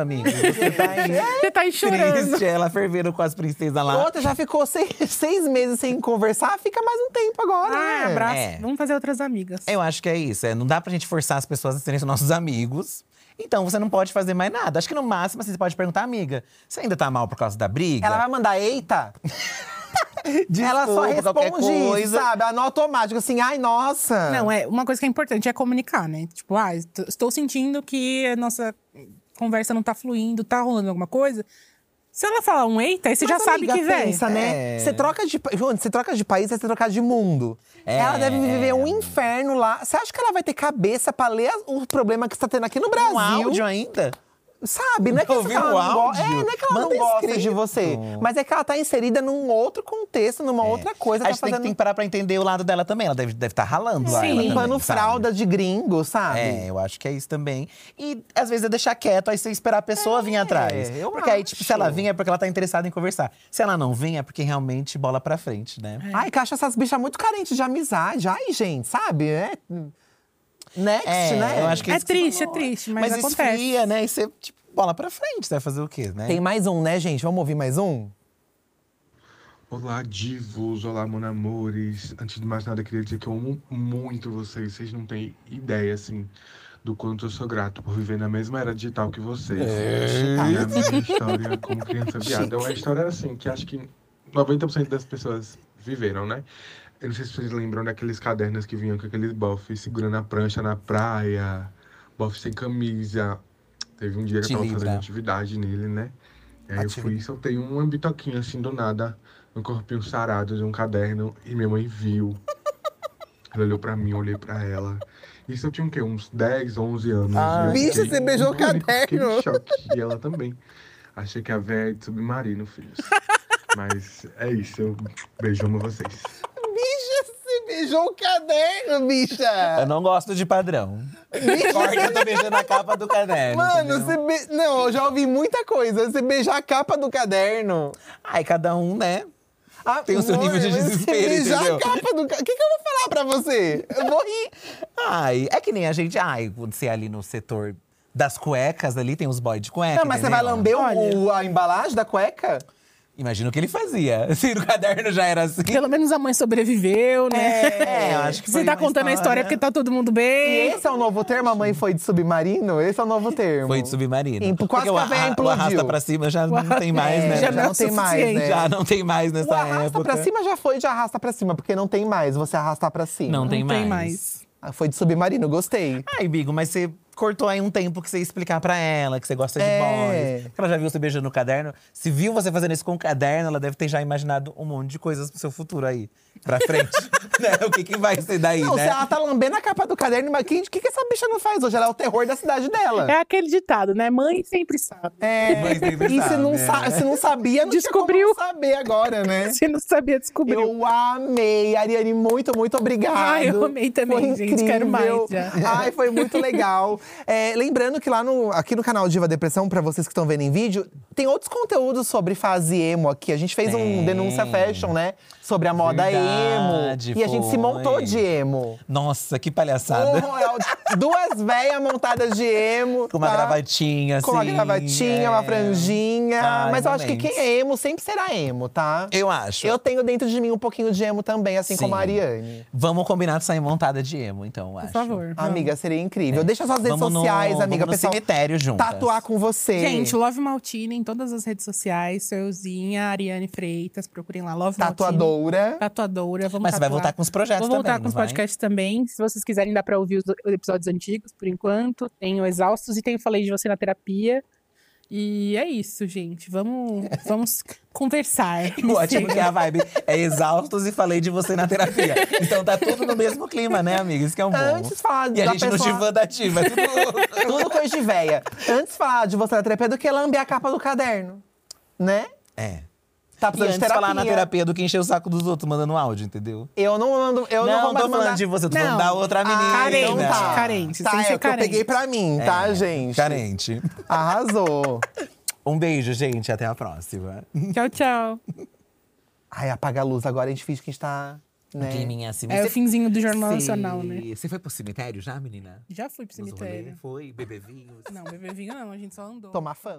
B: amigo.
A: É
B: Você tá aí.
C: Você tá aí chorando.
B: Triste, ela fervendo com as princesas lá.
A: Outra já ficou seis, seis meses sem conversar, fica mais um tempo agora.
C: Ah,
A: né?
C: abraço.
B: É.
C: Vamos fazer outras amigas.
B: Eu acho que é isso. É, não dá pra gente forçar as pessoas a serem nossos amigos. Então você não pode fazer mais nada. Acho que no máximo assim, você pode perguntar, amiga, você ainda tá mal por causa da briga?
A: Ela vai mandar eita? ela só
B: Desculpa, qualquer
A: responde isso,
B: coisa.
A: sabe? Ela no automático, assim, ai, nossa.
C: Não, é uma coisa que é importante é comunicar, né? Tipo, ah, est- estou sentindo que a nossa conversa não tá fluindo, tá rolando alguma coisa. Se ela falar um eita, aí você já
A: Mas,
C: sabe
A: amiga,
C: que vem.
A: pensa, né?
B: É.
A: Você troca de pa- João, você troca de país, é você trocar de mundo.
B: É.
A: Ela deve viver um inferno lá. Você acha que ela vai ter cabeça pra ler as- o problema que está tendo aqui no Brasil?
B: um áudio ainda?
A: Sabe? Não é que
B: Ouviu
A: ela
B: o
A: não go-
B: áudio?
A: É, não é que ela
B: Manda
A: não gosta de
B: escrito.
A: você, mas é que ela tá inserida num outro contexto, numa outra coisa,
B: É.
A: tá
B: a gente tem, que,
A: fazendo
B: tem que parar pra entender o lado dela também. Ela deve estar ralando lá.
A: Sim,
B: ela
A: limpando
B: também, sabe?
A: fralda de gringo, sabe?
B: É, eu acho que é isso também. E às vezes é deixar quieto, aí você esperar a pessoa vir atrás.
A: É, eu
B: porque aí, tipo,
A: acho.
B: se ela vir é porque ela tá interessada em conversar. Se ela não vir, é porque realmente bola pra frente, né?
A: Ai, que eu acho essas bichas muito carentes de amizade. Ai, gente, sabe? É. Next,
B: É,
A: né?
B: eu acho que
C: É
B: isso que você
C: triste,
B: falou.
C: é triste, mas acontece.
B: esfria, né? E você, tipo, bola pra frente, você vai fazer o quê, né?
A: Tem mais um, né, gente? Vamos ouvir mais um?
F: Olá, divos! Olá, mon amores! Antes de mais nada, eu queria dizer que eu amo muito vocês. Vocês não têm ideia, assim, do quanto eu sou grato por viver na mesma era digital que vocês. E a minha história como criança viada é uma história, assim, que acho que 90% das pessoas viveram, né? Eu não sei se vocês lembram daqueles cadernos que vinham com aqueles bofs segurando a prancha na praia, bofe sem camisa. Teve um dia que
B: Te
F: eu tava
B: livra.
F: fazendo atividade nele, né? E aí eu fui, soltei uma bitoquinha assim do nada, no corpinho sarado de um caderno, e minha mãe viu. Ela olhou pra mim, eu olhei pra ela. Isso eu tinha o quê? Uns 10, 11 anos.
B: Ah,
F: E eu
A: bicha,
F: fiquei
A: você beijou o
F: em pânico, fiquei em
A: caderno.
F: choque. E ela também. Achei que a véia é de submarino, filhos. Mas é isso, eu beijo amo vocês.
A: Bicha, você beijou o caderno, bicha!
B: Eu não gosto de padrão. Porque eu tô beijando a capa do caderno.
A: Mano,
B: entendeu?
A: você be... Não, eu já ouvi muita coisa. Você beijar a capa do caderno.
B: Ai, cada um, né?
A: Ah,
B: Tem o seu
A: mano,
B: nível de
A: mas
B: desespero,
A: Você beijar
B: entendeu?
A: a capa do caderno. O que, que eu vou falar pra você? Eu vou rir.
B: Ai, é que nem a gente. Ai, quando você é ali no setor das cuecas ali, tem os boy de cueca.
A: Não, mas você vai
B: entendeu?
A: lamber o- o- a embalagem da cueca?
B: Imagina o que ele fazia. Se no caderno já era assim.
C: Pelo menos a mãe sobreviveu, né?
B: É, eu acho que
C: Você
B: foi
C: tá
B: uma
C: contando a história
B: história-
C: porque tá todo mundo
A: E
C: bem.
A: esse é o novo termo? A mãe foi de submarino? Esse é o novo termo.
B: Foi de submarino.
A: Em- quase
B: Porque
A: que
B: o,
A: a véia
B: arra- o
A: implodiu.
B: arrasta pra cima já não tem mais,
A: É,
B: né?
A: já
C: tá
A: não tem mais,
B: suficiente.
A: né?
B: Já não tem mais
A: O
B: nessa
A: arrasta
B: época.
A: pra cima já foi de arrasta pra cima, porque não tem mais você arrastar pra cima.
B: Não tem
C: Não tem
B: mais.
C: mais.
A: Ah, Foi de submarino, gostei.
B: Ai, Bigo, mas você cortou aí um tempo que você ia explicar pra ela que você gosta de
A: É.
B: boys. Porque ela já viu você beijando o caderno. Se viu você fazendo isso com o caderno, ela deve ter já imaginado um monte de coisas pro seu futuro aí. Pra frente. né? O que, que vai ser daí,
A: Não,
B: né?
A: se ela tá lambendo a capa do caderno, mas o que, que, que essa bicha não faz hoje? Ela é o terror da cidade dela.
C: É aquele ditado, né? Mãe sempre sabe.
A: É,
B: Mas nem
A: e se
B: sabe,
A: não,
B: né?
A: sa- se não sabia, não
C: Descobriu.
A: tinha como não saber agora, né?
C: Você não sabia descobrir.
A: Eu amei, Ariane, muito, muito obrigado.
C: Ai, eu amei também,
A: Foi
C: gente, quero mais
A: incrível.
C: já.
A: Ai, foi muito legal. É, lembrando que lá no, aqui no canal Diva Depressão, pra vocês que estão vendo em vídeo, tem outros conteúdos sobre fase emo aqui. A gente fez um
B: Tem.
A: denúncia fashion, né? Sobre a moda
B: Verdade,
A: emo. E a gente se
B: foi.
A: montou de emo.
B: Nossa, que palhaçada.
A: Porra, é, Duas velhas montadas de emo.
B: Com uma
A: tá?
B: gravatinha, assim.
A: Com uma gravatinha,
B: é. Ah,
A: uma franjinha.
B: Ai,
A: Mas eu acho que
B: momentos.
A: quem é emo sempre será emo, tá?
B: Eu acho.
A: Eu tenho dentro de mim um pouquinho de emo também, assim
B: Sim.
A: como a Ariane.
B: Vamos combinar de sair montada de emo, então, eu
C: Por
B: acho.
C: favor. vamos.
A: Amiga, seria incrível. Deixa suas redes
B: É. Vamos no-
A: sociais, amiga.
B: vamos no
A: pessoal,
B: cemitério juntas.
A: Tatuar com você.
C: Gente, Love Maltini em todas as redes sociais. Seuzinha, Ariane Freitas. Procurem lá, Love Maltini.
A: tatuadora.
C: Tatuadora. Vamos
B: Mas você vai
C: tatuar.
B: voltar com os projetos
C: Vou voltar
B: também,
C: com os
B: não vai?
C: podcasts também. Se vocês quiserem, dá pra ouvir os os episódios antigos, por enquanto. Tenho Exaustos e tenho Falei de Você na Terapia. E é isso, gente. Vamos, vamos conversar.
B: O Ótimo que a vibe é exaustos e falei de você na terapia. Então tá tudo no mesmo clima, né, amiga? Isso que é um bom.
A: Antes falar
B: e a
A: da
B: gente no
A: pessoa-
B: divã da diva. é Tudo...
A: Tudo coisa de véia. Antes de falar de você na terapia do que lamber a capa do caderno. Né?
B: É.
A: Tá
B: E
A: precisando
B: antes
A: de
B: de
A: terapia.
B: falar na terapia do que encher o saco dos outros mandando áudio, entendeu?
A: Eu não mando. Eu não, vou mais
B: tô falando
A: mandar.
B: de você, tô
C: Não.
B: falando da outra menina. né? É,
C: carente,
A: então tá.
C: carente,
A: Tá,
C: sem
A: é,
C: ser
A: que eu
C: carente.
A: peguei pra mim, tá, gente?
B: Carente.
A: Arrasou.
B: Um beijo, gente. Até a próxima.
C: Tchau, tchau.
A: Ai, apaga a luz agora, a gente finge que a gente tá. Né?
B: assim.
C: É o finzinho do Jornal Nacional, né?
B: Você foi pro cemitério já, menina?
C: Já fui pro
B: Nos rolê, né?
C: cemitério.
B: Foi, beber assim. vinhos.
C: Não, beber vinho não, a gente só andou.
A: Tomar fã.